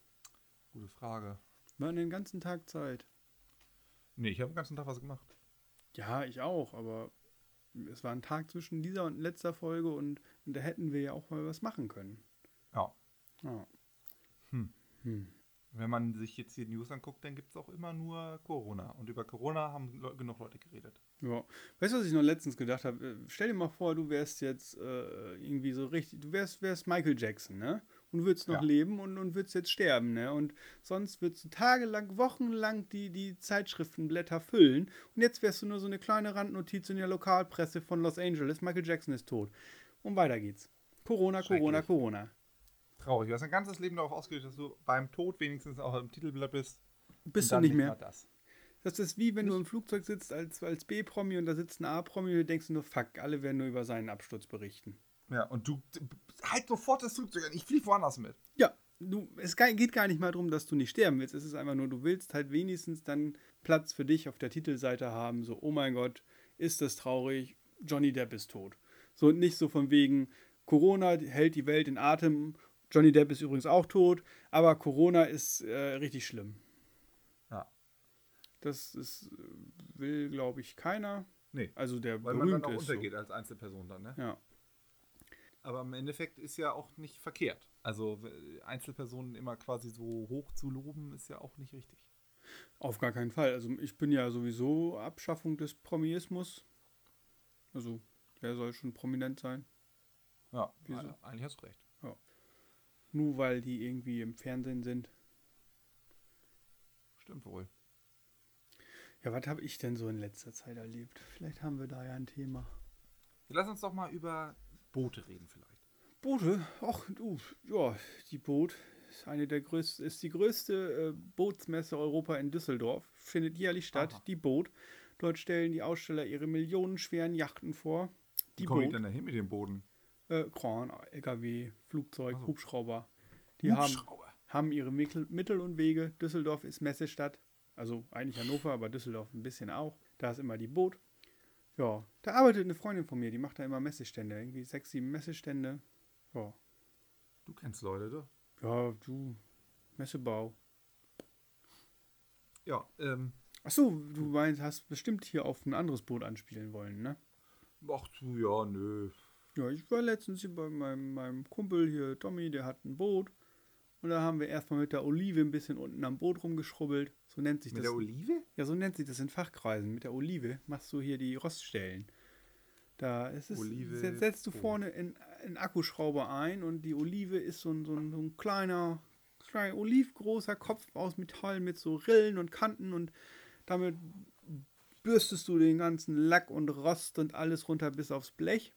S1: gute Frage.
S2: Wir hatten den ganzen Tag Zeit.
S1: Nee, ich habe den ganzen Tag was gemacht.
S2: Ja, ich auch, aber es war ein Tag zwischen dieser und letzter Folge und, und da hätten wir ja auch mal was machen können.
S1: Ja.
S2: Ja.
S1: Hm.
S2: Hm.
S1: Wenn man sich jetzt die News anguckt, dann gibt es auch immer nur Corona. Und über Corona haben Le genug Leute geredet.
S2: Ja. Weißt du, was ich noch letztens gedacht habe? Äh, Stell dir mal vor, du wärst jetzt äh, irgendwie so richtig, du wärst, wärst Michael Jackson, ne? Und würdest noch
S1: Ja.
S2: leben und, und würdest jetzt sterben, ne? Und sonst würdest du tagelang, wochenlang die, die Zeitschriftenblätter füllen. Und jetzt wärst du nur so eine kleine Randnotiz in der Lokalpresse von Los Angeles. Michael Jackson ist tot. Und weiter geht's. Corona, Corona,
S1: Schrecklich.
S2: Corona.
S1: Traurig. Du hast dein ganzes Leben darauf ausgelegt, dass du beim Tod wenigstens auch im Titelblatt bist.
S2: Bist
S1: Und
S2: du
S1: dann
S2: nicht mehr.
S1: mal das.
S2: Das ist wie wenn du im Flugzeug sitzt als, als B-Promi und da sitzt ein A-Promi und du denkst nur, fuck, alle werden nur über seinen Absturz berichten.
S1: Ja, und du halt sofort das Flugzeug an. Ich fliege woanders mit.
S2: Ja, du, es ge- geht gar nicht mal darum, dass du nicht sterben willst. Es ist einfach nur, du willst halt wenigstens dann Platz für dich auf der Titelseite haben. So, oh mein Gott, ist das traurig, Johnny Depp ist tot. So und nicht so von wegen, Corona hält die Welt in Atem, Johnny Depp ist übrigens auch tot, aber Corona ist äh, richtig schlimm.
S1: Ja.
S2: Das ist, äh, will, glaube ich, keiner.
S1: Nee.
S2: Also der
S1: Weil man
S2: berühmt
S1: dann auch
S2: ist. So.
S1: untergeht als Einzelperson dann, ne?
S2: Ja.
S1: Aber im Endeffekt ist ja auch nicht verkehrt. Also w- Einzelpersonen immer quasi so hoch zu loben, ist ja auch nicht richtig.
S2: Auf gar keinen Fall. Also ich bin ja sowieso Abschaffung des Promiismus. Also wer soll schon prominent sein?
S1: Ja,
S2: Wieso?
S1: äh, eigentlich hast du recht.
S2: Nur weil die irgendwie im Fernsehen sind.
S1: Stimmt wohl.
S2: Ja, was habe ich denn so in letzter Zeit erlebt? Vielleicht haben wir da ja ein Thema.
S1: Lass uns doch mal über Boote reden vielleicht.
S2: Boote? Ach du, ja, die Boot ist eine der größten, ist die größte äh, Bootsmesse Europa in Düsseldorf. Findet jährlich statt,
S1: Aha.
S2: die Boot. Dort stellen die Aussteller ihre millionenschweren Yachten vor. Die
S1: komme ich
S2: Boot.
S1: denn dahin mit dem Boden?
S2: äh, Kran, LKW, Flugzeug,
S1: Ach so.
S2: Hubschrauber. Die haben,
S1: Hubschrauber.
S2: haben ihre Mittel, Mittel und Wege. Düsseldorf ist Messestadt. Also eigentlich Hannover, aber Düsseldorf ein bisschen auch. Da ist immer die Boot. Ja, da arbeitet eine Freundin von mir, die macht da immer Messestände. Irgendwie sechs, sieben Messestände. Ja,
S1: Du kennst Leute, doch.
S2: ja du, Messebau.
S1: Ja, ähm,
S2: Achso, du meinst, hast bestimmt hier auf ein anderes Boot anspielen wollen, ne?
S1: ach du, ja, nö.
S2: Ja, ich war letztens hier bei meinem, meinem Kumpel hier, Tommy, der hat ein Boot. Und da haben wir erstmal mit der Olive ein bisschen unten am Boot rumgeschrubbelt. So nennt sich
S1: Mit
S2: das.
S1: der Olive?
S2: Ja, so nennt sich das in Fachkreisen. Mit der Olive machst du hier die Roststellen. Da ist es,
S1: Olive,
S2: se- setzt du
S1: Boot.
S2: vorne in- einen Akkuschrauber ein und die Olive ist so ein, so ein, so ein kleiner, kleiner olivgroßer Kopf aus Metall mit so Rillen und Kanten und damit bürstest du den ganzen Lack und Rost und alles runter bis aufs Blech.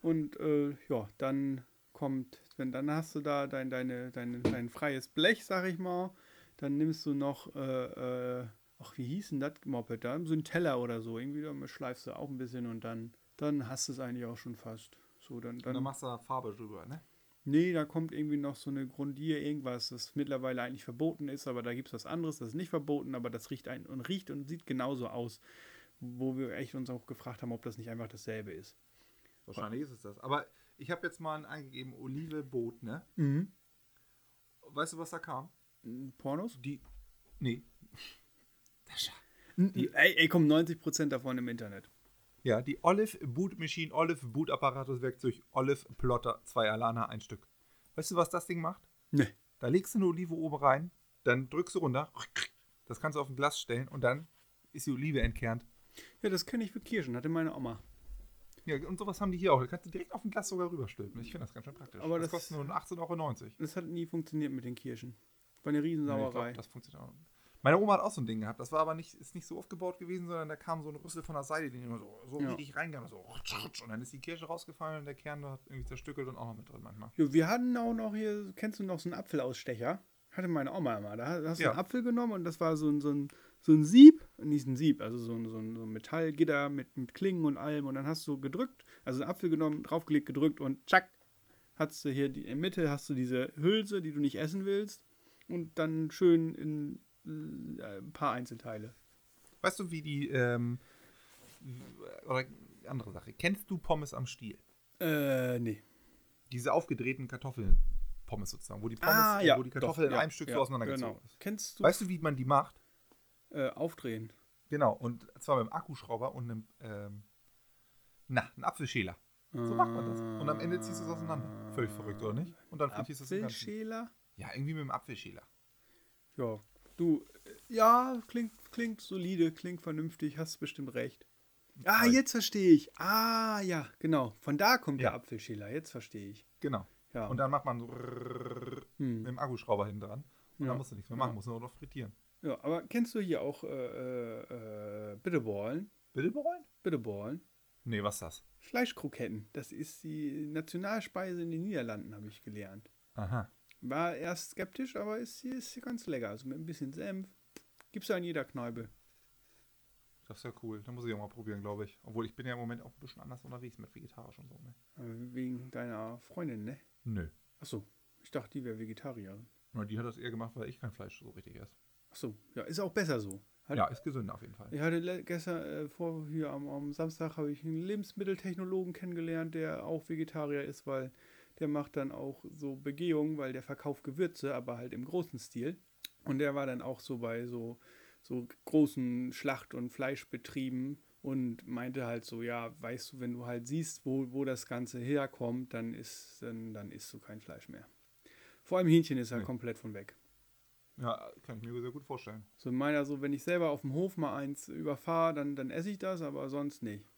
S2: Und äh, ja, dann kommt, wenn dann hast du da dein, deine, deine, dein freies Blech, sag ich mal. Dann nimmst du noch, äh, äh, ach, wie hieß denn das Moped da? So ein Teller oder so. Irgendwie damit schleifst du auch ein bisschen und dann, dann hast du es eigentlich auch schon fast. So, dann,
S1: Und dann
S2: dann.
S1: machst du da Farbe drüber, ne?
S2: Nee, da kommt irgendwie noch so eine Grundier, irgendwas, das mittlerweile eigentlich verboten ist, aber da gibt es was anderes, das ist nicht verboten, aber das riecht ein und riecht und sieht genauso aus. Wo wir echt uns auch gefragt haben, ob das nicht einfach dasselbe ist.
S1: Wahrscheinlich ist es das. Aber ich habe jetzt mal eingegeben, Olive Boot, ne?
S2: Mhm.
S1: Weißt du, was da kam?
S2: Hm, Pornos?
S1: Die. Nee.
S2: Ey, ey, komm, 90% davon im Internet.
S1: Ja, die Olive Boot Machine, Olive Boot Apparatus Werkzeug, Olive Plotter, zwei Alana, ein Stück. Weißt du, was das Ding macht?
S2: Nee.
S1: Da legst du eine Olive oben rein, dann drückst du runter, das kannst du auf ein Glas stellen und dann ist die Olive entkernt.
S2: Ja, das kenne ich für Kirschen, hatte meine Oma.
S1: Ja, und sowas haben die hier auch. Da kannst du direkt auf ein Glas sogar rüberstülpen. Ich finde das ganz schön praktisch.
S2: Aber das-
S1: kostet nur 18,90 Euro.
S2: Das hat nie funktioniert mit den Kirschen. War eine
S1: Nee, ich
S2: Riesensauerei.
S1: glaub, das funktioniert auch. Meine Oma hat auch so ein Ding gehabt. Das war aber nicht, ist nicht so aufgebaut gewesen, sondern da kam so ein Rüssel von der Seite, den immer so, so
S2: Ja.
S1: richtig reingegangen so rutsch, rutsch, und dann ist die Kirsche rausgefallen und der Kern hat irgendwie zerstückelt und auch noch mit drin manchmal.
S2: Jo, wir hatten auch noch hier, kennst du noch so einen Apfelausstecher? Hatte meine Oma immer. Da hast du
S1: Ja.
S2: einen Apfel genommen und das war so ein, so ein, so ein Sieb, nicht ein Sieb, also so ein, so ein, so ein Metallgitter mit, mit Klingen und allem. Und dann hast du gedrückt, also einen Apfel genommen, draufgelegt, gedrückt und tschack, hast du hier die, in der Mitte hast du diese Hülse, die du nicht essen willst. Und dann schön in äh, ein paar Einzelteile.
S1: Weißt du, wie die, ähm, oder andere Sache. Kennst du Pommes am Stiel?
S2: Äh, nee.
S1: Diese aufgedrehten Kartoffelpommes sozusagen, wo die Pommes, äh, wo die Kartoffel
S2: doch,
S1: in
S2: Ah, ja,
S1: einem Stück
S2: ja,
S1: so auseinandergezogen
S2: genau.
S1: ist.
S2: Kennst du?
S1: Weißt du, wie man die macht?
S2: Äh, aufdrehen.
S1: Genau, und zwar mit einem Akkuschrauber und einem, ähm, na, einem Apfelschäler. So macht man das. Und am Ende ziehst du es auseinander. Völlig verrückt, oder nicht? Und dann frittierst du es im Ganzen.
S2: Apfelschäler?
S1: Ja, irgendwie mit dem Apfelschäler.
S2: Ja. Du, äh, ja, klingt, klingt solide, klingt vernünftig, hast bestimmt recht. Ah,
S1: Weil-
S2: jetzt verstehe ich. Ah, ja, genau. Von da kommt
S1: Ja.
S2: der Apfelschäler, jetzt verstehe ich.
S1: Genau.
S2: Ja.
S1: Und dann macht man so mit
S2: hm.
S1: dem Akkuschrauber hinten dran. Und
S2: Ja.
S1: dann musst du nichts mehr machen,
S2: Ja.
S1: musst nur noch frittieren.
S2: ja, aber kennst du hier auch äh, äh, äh, Bitterballen?
S1: Bitte bereuen?
S2: Bitterballen?
S1: Nee, was ist das?
S2: Fleischkroketten, das ist die Nationalspeise in den Niederlanden, habe ich gelernt.
S1: Aha.
S2: War erst skeptisch, aber ist, ist ganz lecker. Also mit ein bisschen Senf. Gibt's ja in jeder Kneipe.
S1: Das ist ja cool. Da muss ich auch mal probieren, glaube ich. Obwohl ich bin ja im Moment auch ein bisschen anders unterwegs mit vegetarisch und so. Ne?
S2: Äh, Wegen deiner Freundin, ne?
S1: Nö.
S2: Achso, ich dachte, die wäre Vegetarierin.
S1: Nur die hat das eher gemacht, weil ich kein Fleisch so richtig esse.
S2: Achso, ja, ist auch besser so. Hat-
S1: Ja, ist gesünder auf jeden Fall.
S2: Ich hatte le- gestern, äh, vor hier am, am Samstag, habe ich einen Lebensmitteltechnologen kennengelernt, der auch Vegetarier ist, weil der macht dann auch so Begehungen, weil der verkauft Gewürze, aber halt im großen Stil. Und der war dann auch so bei so, so großen Schlacht- und Fleischbetrieben und meinte halt so, ja, weißt du, wenn du halt siehst, wo, wo das Ganze herkommt, dann ist, dann, dann isst du kein Fleisch mehr. Vor allem Hähnchen ist halt
S1: Nee.
S2: komplett von weg.
S1: Ja, kann ich mir sehr gut vorstellen.
S2: So meiner, so wenn ich selber auf dem Hof mal eins überfahre, dann, dann esse ich das, aber sonst nicht.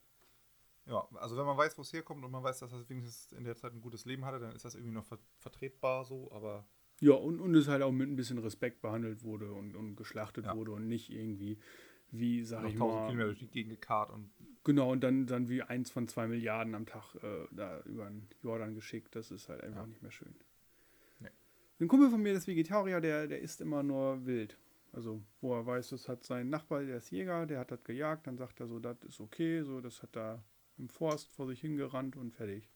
S1: Ja, also wenn man weiß, wo es herkommt und man weiß, dass das wenigstens in der Zeit ein gutes Leben hatte, dann ist das irgendwie noch ver vertretbar so, aber
S2: Ja, und, und es halt auch mit ein bisschen Respekt behandelt wurde und, und geschlachtet
S1: Ja.
S2: wurde und nicht irgendwie, wie sag
S1: noch
S2: ich
S1: 1000 Kilometer
S2: mal,
S1: durch die Gegend gekarrt und
S2: genau, und dann, dann wie eins von zwei Milliarden am Tag äh, da über den Jordan geschickt, das ist halt einfach
S1: Ja.
S2: nicht mehr schön.
S1: Nee.
S2: Ein Kumpel von mir, das Vegetarier, der, der isst immer nur wild. Also, wo er weiß, das hat sein Nachbar, der ist Jäger, der hat das gejagt, dann sagt er so, das ist okay, so, das hat da im Forst vor sich hingerannt und fertig.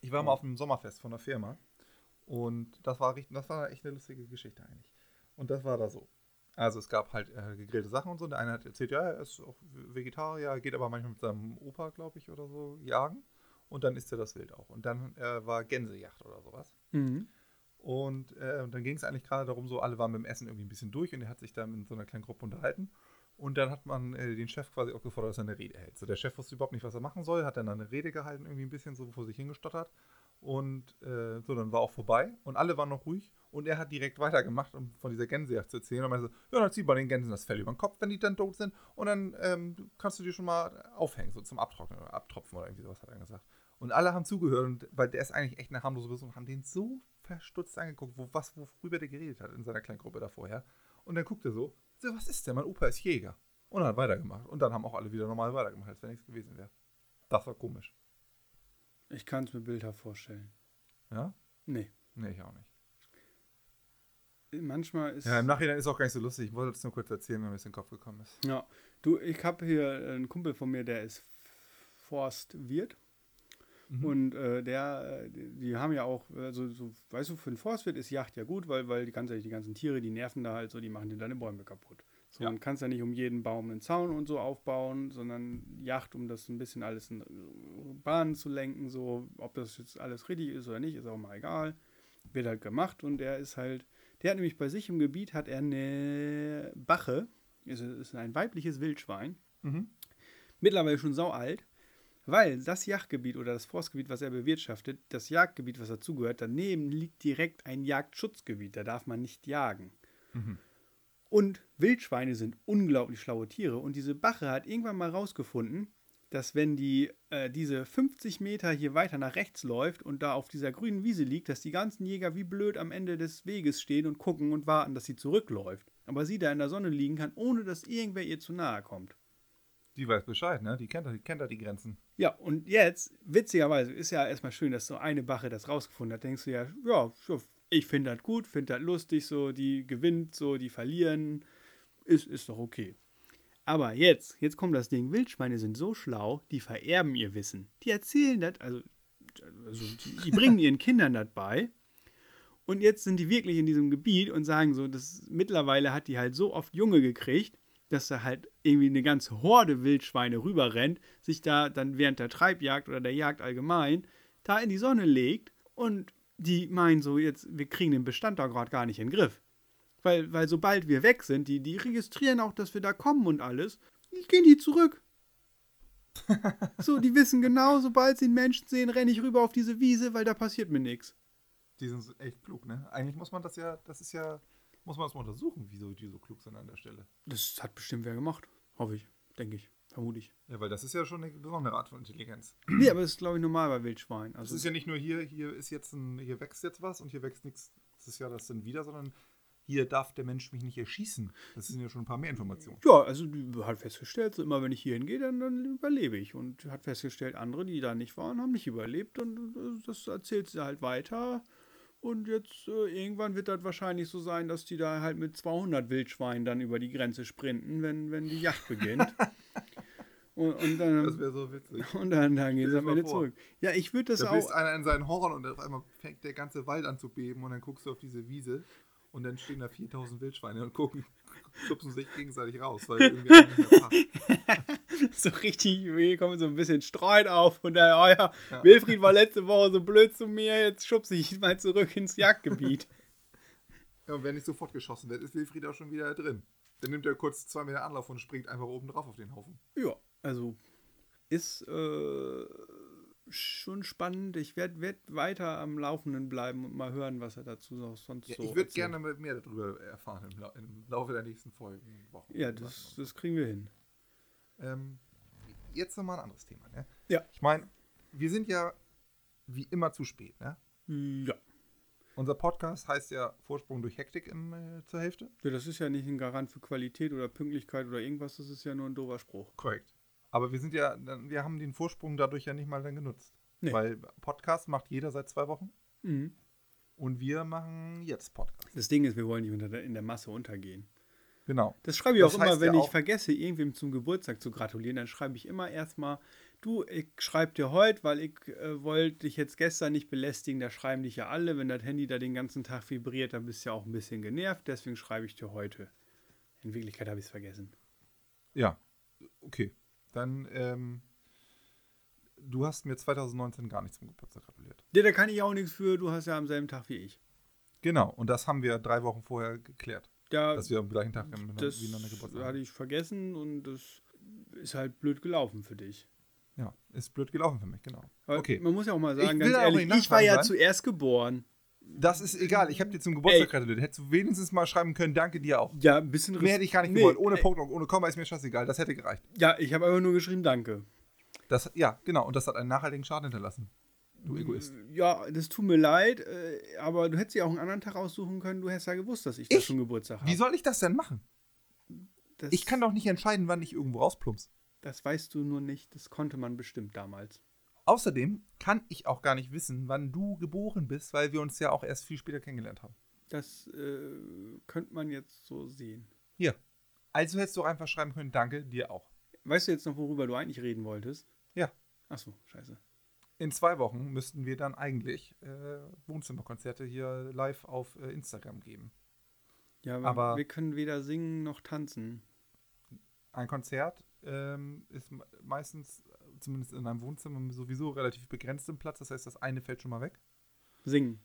S1: Ich war mal auf einem Sommerfest von der Firma und das war richtig, das war echt eine lustige Geschichte eigentlich. Und das war da so. Also es gab halt äh, gegrillte Sachen und so. Und der eine hat erzählt, ja, er ist auch Vegetarier, geht aber manchmal mit seinem Opa, glaube ich, oder so, jagen. Und dann isst er das Wild auch. Und dann äh, war Gänsejagd oder sowas.
S2: Mhm.
S1: Und, äh, und dann ging es eigentlich gerade darum, so alle waren mit dem Essen irgendwie ein bisschen durch und er hat sich dann in so einer kleinen Gruppe unterhalten. Und dann hat man äh, den Chef quasi auch gefordert, dass er eine Rede hält. So der Chef wusste überhaupt nicht, was er machen soll, hat dann eine Rede gehalten, irgendwie ein bisschen so vor sich hingestottert. Und äh, so, dann war auch vorbei und alle waren noch ruhig. Und er hat direkt weitergemacht, um von dieser Gänsejagd zu erzählen. Und meinte so, ja, dann zieh bei den Gänsen das Fell über den Kopf, wenn die dann tot sind. Und dann ähm, kannst du die schon mal aufhängen, so zum Abtrocknen oder Abtropfen oder irgendwie sowas hat er gesagt. Und alle haben zugehört, und, weil der ist eigentlich echt eine harmlose Person, und haben den so verstutzt angeguckt, wo, was, worüber der geredet hat in seiner kleinen Gruppe da vorher. Und dann guckt er so, so, was ist denn? Mein Opa ist Jäger. Und er hat weitergemacht. Und dann haben auch alle wieder normal weitergemacht, als wenn nichts gewesen wäre. Das war komisch.
S2: Ich kann es mir bildhaft vorstellen.
S1: Ja?
S2: Nee.
S1: Nee, ich auch nicht.
S2: Manchmal ist.
S1: Ja, im Nachhinein ist auch gar nicht so lustig. Ich wollte es nur kurz erzählen, wenn mir das in den Kopf gekommen ist.
S2: Ja, du, ich habe hier äh, einen Kumpel von mir, der ist Forstwirt.
S1: Mhm.
S2: Und äh, der, äh, die haben ja auch, also so, weißt du, für einen Forstwirt ist Jagd ja gut, weil, weil die, ganz ehrlich, die ganzen Tiere, die nerven da halt so, die machen dir deine Bäume kaputt. So,
S1: Ja.
S2: Man kannst ja nicht um jeden Baum einen Zaun und so aufbauen, sondern Jagd, um das ein bisschen alles in äh, Bahnen zu lenken, so, ob das jetzt alles richtig ist oder nicht, ist auch mal egal. Wird halt gemacht und der ist halt, der hat nämlich bei sich im Gebiet, hat er eine Bache, ist, ist ein weibliches Wildschwein,
S1: Mhm.
S2: mittlerweile schon saualt, weil das Jagdgebiet oder das Forstgebiet, was er bewirtschaftet, das Jagdgebiet, was dazugehört, daneben liegt direkt ein Jagdschutzgebiet, da darf man nicht jagen.
S1: Mhm.
S2: Und Wildschweine sind unglaublich schlaue Tiere und diese Bache hat irgendwann mal rausgefunden, dass wenn die äh, diese 50 Meter hier weiter nach rechts läuft und da auf dieser grünen Wiese liegt, dass die ganzen Jäger wie blöd am Ende des Weges stehen und gucken und warten, dass sie zurückläuft. Aber sie da in der Sonne liegen kann, ohne dass irgendwer ihr zu nahe kommt.
S1: Die weiß Bescheid, ne? Die kennt, die kennt da die Grenzen.
S2: Ja, und jetzt, witzigerweise, ist ja erstmal schön, dass so eine Bache das rausgefunden hat. Denkst du ja, ja, ja, ich finde das gut, finde das lustig, so, die gewinnt, so, die verlieren, ist, ist doch okay. Aber jetzt, jetzt kommt das Ding, Wildschweine sind so schlau, die vererben ihr Wissen. Die erzählen das, also, also die, die bringen ihren Kindern das bei. Und jetzt sind die wirklich in diesem Gebiet und sagen so, das mittlerweile hat die halt so oft Junge gekriegt, dass da halt irgendwie eine ganze Horde Wildschweine rüberrennt, sich da dann während der Treibjagd oder der Jagd allgemein da in die Sonne legt und die meinen so jetzt, wir kriegen den Bestand da gerade gar nicht in den Griff. Weil, weil sobald wir weg sind, die, die registrieren auch, dass wir da kommen und alles, gehen die zurück. so, die wissen genau, sobald sie einen Menschen sehen, renne ich rüber auf diese Wiese, weil da passiert mir nichts.
S1: Die sind so echt klug, ne? Eigentlich muss man das ja, das ist ja, muss man das mal untersuchen, wieso die so klug sind an der Stelle.
S2: Das hat bestimmt wer gemacht. Hoffe ich, denke ich, vermute ich.
S1: Ja, weil das ist ja schon eine besondere Art von Intelligenz.
S2: nee, aber das ist, glaube ich, normal bei Wildschweinen.
S1: Das
S2: Also,
S1: ist ja nicht nur hier, hier ist jetzt ein, hier wächst jetzt was und hier wächst nichts. Das ist ja das dann wieder, sondern hier darf der Mensch mich nicht erschießen. Das sind ja schon ein paar mehr Informationen.
S2: ja, also die hat festgestellt, so immer wenn ich hier hingehe, dann, dann überlebe ich. Und hat festgestellt, andere, die da nicht waren, haben nicht überlebt. Und äh, das erzählt sie halt weiter. Und jetzt äh, irgendwann wird das wahrscheinlich so sein, dass die da halt mit 200 Wildschweinen dann über die Grenze sprinten, wenn, wenn die Jagd beginnt. und, und
S1: Das
S2: dann,
S1: wäre so witzig.
S2: und dann, dann geht es
S1: dir
S2: am
S1: mal
S2: Ende
S1: vor.
S2: zurück. Ja, ich würde das
S1: Da
S2: auch.
S1: bläst einer in seinen Horn und auf einmal fängt der ganze Wald an zu beben und dann guckst du auf diese Wiese und dann stehen da 4000 Wildschweine und gucken, schubsen sich gegenseitig raus, weil irgendwie einer nicht mehr passt.
S2: so richtig, wir kommen so ein bisschen streut auf und dann, oh ja, Wilfried war letzte Woche so blöd zu mir, jetzt schubse ich ihn mal zurück ins Jagdgebiet.
S1: Ja, und wenn nicht sofort geschossen wird, ist Wilfried auch schon wieder drin. Dann nimmt er kurz zwei Meter Anlauf und springt einfach oben drauf auf den Haufen.
S2: ja, also ist äh, schon spannend. Ich werde werd weiter am Laufenden bleiben und mal hören, was er dazu noch sonst
S1: Ja,
S2: so
S1: ich würde
S2: erzählt.
S1: gerne mit mehr darüber erfahren im, Lau im Laufe der nächsten Folgen. Wochen.
S2: Ja, das, das kriegen wir hin.
S1: Ähm, jetzt nochmal ein anderes Thema. Ne?
S2: Ja.
S1: Ich meine, wir sind ja wie immer zu spät. Ne?
S2: Ja.
S1: Unser Podcast heißt ja Vorsprung durch Hektik im, äh, zur Hälfte.
S2: ja, das ist ja nicht ein Garant für Qualität oder Pünktlichkeit oder irgendwas, das ist ja nur ein doofer Spruch.
S1: Korrekt. Aber wir sind ja, dann- wir haben den Vorsprung dadurch ja nicht mal dann genutzt.
S2: Nee.
S1: Weil Podcast macht jeder seit zwei Wochen
S2: Mhm.
S1: und wir machen jetzt Podcast.
S2: Das Ding ist, wir wollen nicht unter der, in der Masse untergehen.
S1: Genau.
S2: Das schreibe ich
S1: Das
S2: auch immer,
S1: heißt
S2: wenn
S1: ja
S2: ich
S1: auch-
S2: vergesse, irgendwem zum Geburtstag zu gratulieren, dann schreibe ich immer erstmal, du, ich schreibe dir heute, weil ich äh, wollte dich jetzt gestern nicht belästigen, da schreiben dich ja alle, wenn das Handy da den ganzen Tag vibriert, dann bist du ja auch ein bisschen genervt, deswegen schreibe ich dir heute. In Wirklichkeit habe ich es vergessen.
S1: Ja, okay. Dann, ähm, du hast mir 2019 gar nicht zum Geburtstag gratuliert.
S2: Ja, da kann ich auch nichts für. Du hast ja am selben Tag wie ich.
S1: Genau, und das haben wir drei Wochen vorher geklärt,
S2: Ja,
S1: dass wir am gleichen Tag miteinander
S2: das
S1: miteinander Geburtstag
S2: hatte
S1: haben.
S2: ich vergessen und das ist halt blöd gelaufen für dich.
S1: Ja, ist blöd gelaufen für mich, genau.
S2: Aber
S1: Okay.
S2: Man muss ja auch mal sagen,
S1: Ich
S2: ganz
S1: will auch
S2: ehrlich,
S1: nicht
S2: ich war ja
S1: nachfragen sein.
S2: zuerst geboren.
S1: Das ist egal, ich habe dir zum Geburtstag
S2: Ey.
S1: gratuliert. Hättest du wenigstens mal schreiben können, danke dir auch.
S2: Ja, ein bisschen
S1: Mehr hätte ich gar nicht
S2: Nee,
S1: gewollt. Ohne
S2: äh,
S1: Punkt und ohne Komma ist mir scheißegal. Das hätte gereicht.
S2: Ja, ich habe einfach nur geschrieben, danke.
S1: Das, ja, genau. Und das hat einen nachhaltigen Schaden hinterlassen. Du Egoist.
S2: Ja, das tut mir leid, äh, aber du hättest ja auch einen anderen Tag aussuchen können. Du hättest ja gewusst, dass ich, da
S1: Ich?
S2: schon Geburtstag habe.
S1: Wie soll ich das denn machen?
S2: Das,
S1: Ich kann doch nicht entscheiden, wann ich irgendwo rausplumpse.
S2: das weißt du nur nicht. Das konnte man bestimmt damals.
S1: Außerdem kann ich auch gar nicht wissen, wann du geboren bist, weil wir uns ja auch erst viel später kennengelernt haben.
S2: Das äh, könnte man jetzt so sehen.
S1: Hier. Also hättest du auch einfach schreiben können, danke, dir auch.
S2: Weißt du jetzt noch, worüber du eigentlich reden wolltest?
S1: Ja.
S2: Achso, scheiße.
S1: In zwei Wochen müssten wir dann eigentlich äh, Wohnzimmerkonzerte hier live auf äh, Instagram geben.
S2: Ja, aber,
S1: Aber-
S2: wir können weder singen noch tanzen.
S1: Ein Konzert ähm, ist me- meistens, äh, zumindest in einem Wohnzimmer, sowieso relativ begrenzt im Platz. Das heißt, das eine fällt schon mal weg.
S2: Singen.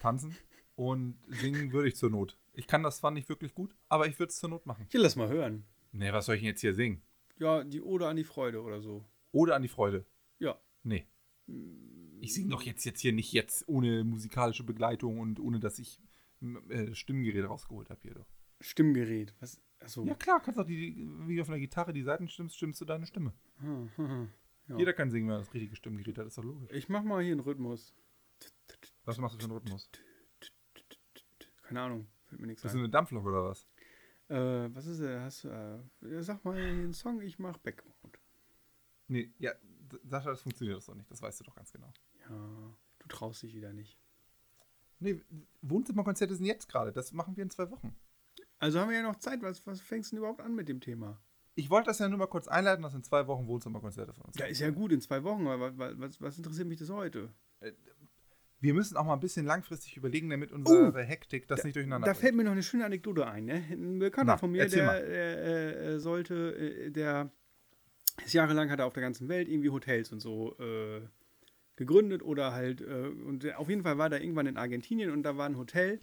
S1: Tanzen und singen würde ich zur Not. Ich kann das zwar nicht wirklich gut, aber ich würde es zur Not machen.
S2: Hier, lass mal hören.
S1: Nee, was soll ich denn jetzt hier singen?
S2: Ja, die Ode an die Freude oder so.
S1: Oder an die Freude.
S2: Ja.
S1: Nee. Ich singe doch jetzt, jetzt hier nicht jetzt ohne musikalische Begleitung und ohne, dass ich m- äh, Stimmgerät rausgeholt habe hier doch.
S2: Stimmgerät. Was? Achso.
S1: Ja klar, kannst auch die, die- wie auf einer Gitarre die Seiten stimmst, stimmst du deine Stimme.
S2: Hm, hm, hm. Ja.
S1: Jeder kann singen, wenn er das richtige Stimmgerät hat, ist doch logisch.
S2: Ich mach mal hier einen Rhythmus.
S1: Was machst du für einen Rhythmus?
S2: Keine Ahnung, fällt mir nichts
S1: Bist du
S2: ein.
S1: eine Dampflok oder was?
S2: Äh, was ist der? Hast du, äh, ja, sag mal einen Song, ich mach Oh Background.
S1: Nee, ja, S- Sascha, das funktioniert doch so nicht, das weißt du doch ganz genau.
S2: Ja, du traust dich wieder nicht.
S1: Nee, Wohnzimmerkonzerte sind jetzt gerade, das machen wir in zwei Wochen.
S2: Also haben wir ja noch Zeit. Was, was fängst du denn überhaupt an mit dem Thema?
S1: Ich wollte das ja nur mal kurz einleiten, dass in zwei Wochen Wohnzimmerkonzerte von uns
S2: Ja,
S1: sind.
S2: ist ja gut, in zwei Wochen, aber wa- wa- was, was interessiert mich das heute?
S1: Wir müssen auch mal ein bisschen langfristig überlegen, damit unsere Hektik das nicht durcheinander
S2: Oh, Da fällt mir noch eine schöne Anekdote ein. Ne? Ein Bekannter
S1: Na,
S2: von mir,
S1: erzähl
S2: der
S1: mal.
S2: äh, äh, sollte, äh, der ist jahrelang hat er auf der ganzen Welt irgendwie Hotels und so äh, gegründet oder halt, äh, und der- auf jeden Fall war der irgendwann in Argentinien und da war ein Hotel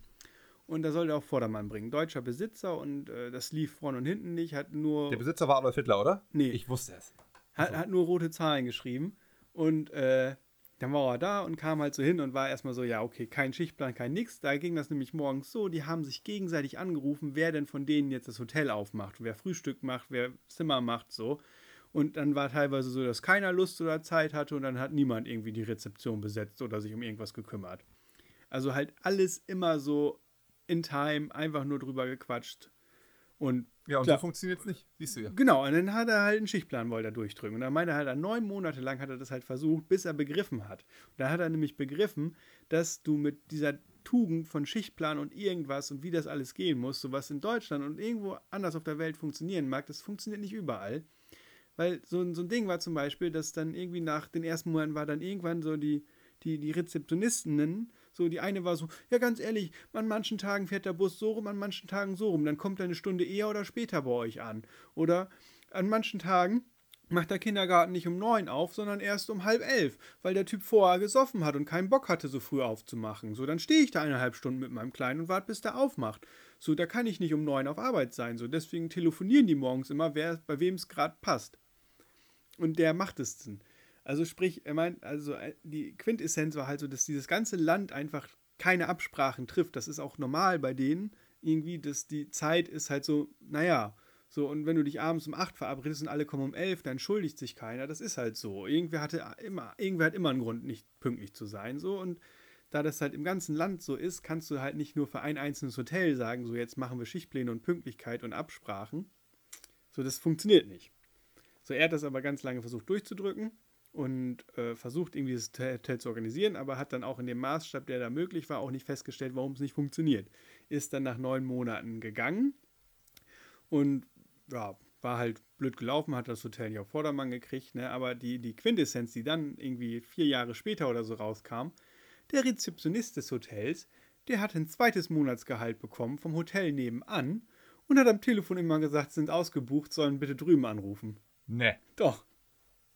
S2: und da sollte er auch Vordermann bringen. Deutscher Besitzer und äh, das lief vorne und hinten nicht, hat nur.
S1: Der Besitzer war Adolf Hitler, oder?
S2: Nee.
S1: Ich wusste es.
S2: Hat, hat nur rote Zahlen geschrieben. Und äh, dann war er da und kam halt so hin und war erstmal so, ja, okay, kein Schichtplan, kein nix. Da ging das nämlich morgens so, die haben sich gegenseitig angerufen, wer denn von denen jetzt das Hotel aufmacht, wer Frühstück macht, wer Zimmer macht, so. Und dann war teilweise so, dass keiner Lust oder Zeit hatte und dann hat niemand irgendwie die Rezeption besetzt oder sich um irgendwas gekümmert. Also halt alles immer so in time, einfach nur drüber gequatscht. Und
S1: Ja, und
S2: Klar.
S1: so funktioniert es nicht. Siehst du ja.
S2: Genau, und dann hat er halt einen Schichtplan, wollte er durchdrücken. Und dann meinte er halt, neun Monate lang hat er das halt versucht, bis er begriffen hat. Und da hat er nämlich begriffen, dass du mit dieser Tugend von Schichtplan und irgendwas und wie das alles gehen muss, so was in Deutschland und irgendwo anders auf der Welt funktionieren mag, das funktioniert nicht überall. Weil so, ein- so ein Ding war zum Beispiel, dass dann irgendwie nach den ersten Monaten war dann irgendwann so die, die, die Rezeptionistinnen, so die eine war so, ja ganz ehrlich, an manchen Tagen fährt der Bus so rum, an manchen Tagen so rum, dann kommt er eine Stunde eher oder später bei euch an. Oder an manchen Tagen macht der Kindergarten nicht um neun auf, sondern erst um halb elf, weil der Typ vorher gesoffen hat und keinen Bock hatte, so früh aufzumachen. So, dann stehe ich da eineinhalb Stunden mit meinem Kleinen und warte, bis der aufmacht. So, da kann ich nicht um neun auf Arbeit sein. So, deswegen telefonieren die morgens immer, wer, bei wem es gerade passt und der macht es denn. Also sprich, er meint, also äh, die Quintessenz war halt so, dass dieses ganze Land einfach keine Absprachen trifft. Das ist auch normal bei denen. Irgendwie, dass die Zeit ist halt so, naja, so, und wenn du dich abends um 8 verabredest und alle kommen um 11, dann entschuldigt sich keiner. Das ist halt so. Irgendwer hatte immer, irgendwer hat immer einen Grund, nicht pünktlich zu sein. So, und da das halt im ganzen Land so ist, kannst du halt nicht nur für ein einzelnes Hotel sagen, so jetzt machen wir Schichtpläne und Pünktlichkeit und Absprachen. So, das funktioniert nicht. So, er hat das aber ganz lange versucht durchzudrücken und äh, versucht, irgendwie das Hotel zu organisieren, aber hat dann auch in dem Maßstab, der da möglich war, auch nicht festgestellt, warum es nicht funktioniert. Ist dann nach neun Monaten gegangen und ja, war halt blöd gelaufen, hat das Hotel nicht auf Vordermann gekriegt, ne? aber die, die Quintessenz, die dann irgendwie vier Jahre später oder so rauskam, der Rezeptionist des Hotels, der hat ein zweites Monatsgehalt bekommen vom Hotel nebenan und hat am Telefon immer gesagt, sind ausgebucht, sollen bitte drüben anrufen.
S1: Ne.
S2: Doch.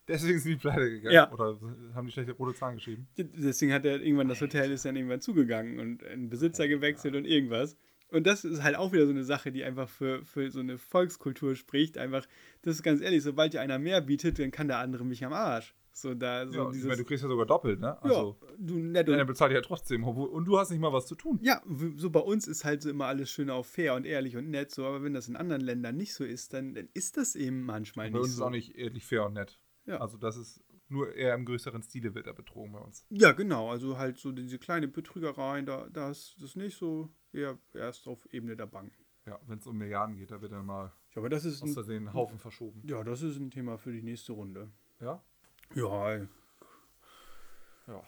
S1: Deswegen sind die pleite gegangen.
S2: Ja.
S1: Oder haben die schlechte rote Zahlen geschrieben.
S2: Deswegen hat er irgendwann das Hotel ist dann irgendwann zugegangen und einen Besitzer gewechselt und irgendwas. Und das ist halt auch wieder so eine Sache, die einfach für, für so eine Volkskultur spricht. Einfach, das ist ganz ehrlich, sobald dir einer mehr bietet, dann kann der andere mich am Arsch. So, da, so
S1: Ja, ich
S2: dieses,
S1: meine, du kriegst ja sogar doppelt, ne? Also,
S2: ja, du nett
S1: ja.
S2: und
S1: der bezahlt ja trotzdem. obwohl- Und du hast nicht mal was zu tun.
S2: Ja, w- so bei uns ist halt so immer alles schön auf fair und ehrlich und nett so, aber wenn das in anderen Ländern nicht so ist, dann, dann ist das eben manchmal
S1: Bei
S2: nicht
S1: uns ist
S2: so.
S1: auch nicht ehrlich fair und nett.
S2: Ja.
S1: Also das ist nur eher im größeren Stile wird er betrogen bei uns.
S2: Ja, genau, also halt so diese kleine Betrügereien, da, da ist das nicht so, eher erst auf Ebene der Banken.
S1: Ja, wenn es um Milliarden geht, da wird er mal
S2: Ja, aber das ist
S1: aus
S2: ein,
S1: Versehen einen Haufen verschoben.
S2: ja, das ist ein Thema für die nächste Runde.
S1: Ja.
S2: Ja, ey.
S1: Ja.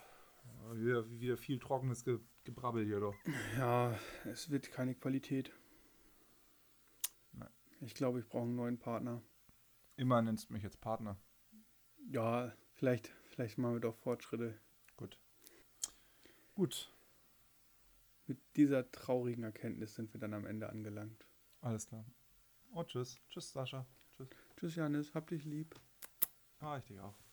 S1: Wieder, wieder viel trockenes Ge Gebrabbel hier doch.
S2: ja, es wird keine Qualität.
S1: Nein.
S2: Ich glaube, ich brauche einen neuen Partner.
S1: Immer nennst du mich jetzt Partner.
S2: Ja, vielleicht, vielleicht machen wir doch Fortschritte
S1: Gut. Gut.
S2: Mit dieser traurigen Erkenntnis sind wir dann am Ende angelangt.
S1: Alles klar. Und tschüss. Tschüss, Sascha. Tschüss.
S2: Tschüss, Janis, hab dich lieb.
S1: Ah, ich dich auch.